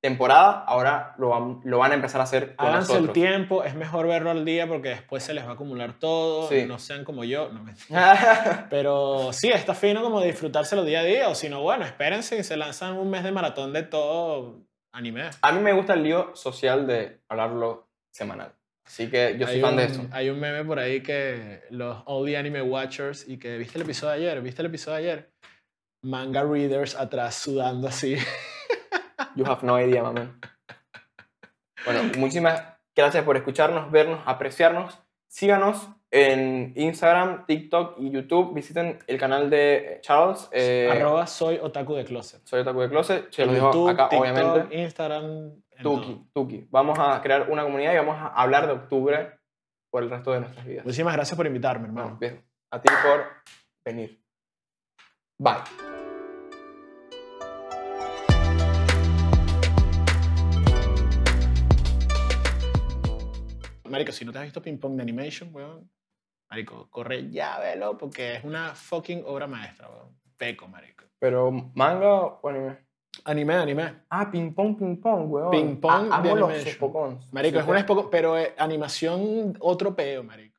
[SPEAKER 2] temporada, ahora lo, vam- lo van a empezar a hacer con
[SPEAKER 1] Háganse el
[SPEAKER 2] nosotros.
[SPEAKER 1] tiempo, es mejor verlo al día porque después se les va a acumular todo.
[SPEAKER 2] Sí. Ah.
[SPEAKER 1] No sean como yo. No, mentira. Pero sí, está fino como disfrutárselo día a día, o si no, bueno, espérense y se lanzan un mes de maratón de todo anime.
[SPEAKER 2] A mí me gusta el lío social de hablarlo semanal. Así que yo soy
[SPEAKER 1] Hay
[SPEAKER 2] fan de
[SPEAKER 1] un-
[SPEAKER 2] eso.
[SPEAKER 1] Hay un meme por ahí que los all the anime watchers y que, ¿viste el episodio de ayer? ¿Viste el episodio de ayer? Manga readers atrás sudando así.
[SPEAKER 2] You have no idea, mamá. Bueno, muchísimas gracias por escucharnos, vernos, apreciarnos. Síganos en Instagram, TikTok y YouTube. Visiten el canal de Charles. eh,
[SPEAKER 1] Arroba soy otaku de closet.
[SPEAKER 2] soy Otaku de Closet. Se los dejo
[SPEAKER 1] YouTube,
[SPEAKER 2] acá,
[SPEAKER 1] TikTok,
[SPEAKER 2] obviamente.
[SPEAKER 1] Instagram. en todo.
[SPEAKER 2] Tuki, Tuki. Vamos a crear una comunidad y vamos a hablar de octubre por el resto de nuestras vidas.
[SPEAKER 1] Muchísimas gracias por invitarme, hermano.
[SPEAKER 2] Bueno, viejo, a ti por venir. Bye.
[SPEAKER 1] Marico, si no te has visto Ping Pong de Animation, weón, Marico, corre ya, velo, porque es una fucking obra maestra, weón. Peco, Marico.
[SPEAKER 2] Pero manga o anime?
[SPEAKER 1] Anime, anime.
[SPEAKER 2] Ah, ping pong, ping pong, weón.
[SPEAKER 1] Ping pong
[SPEAKER 2] Ah,
[SPEAKER 1] de
[SPEAKER 2] amo los
[SPEAKER 1] animation.
[SPEAKER 2] sopocons.
[SPEAKER 1] Marico, es
[SPEAKER 2] Sí,
[SPEAKER 1] un espo- pero eh, animación otro peo, Marico.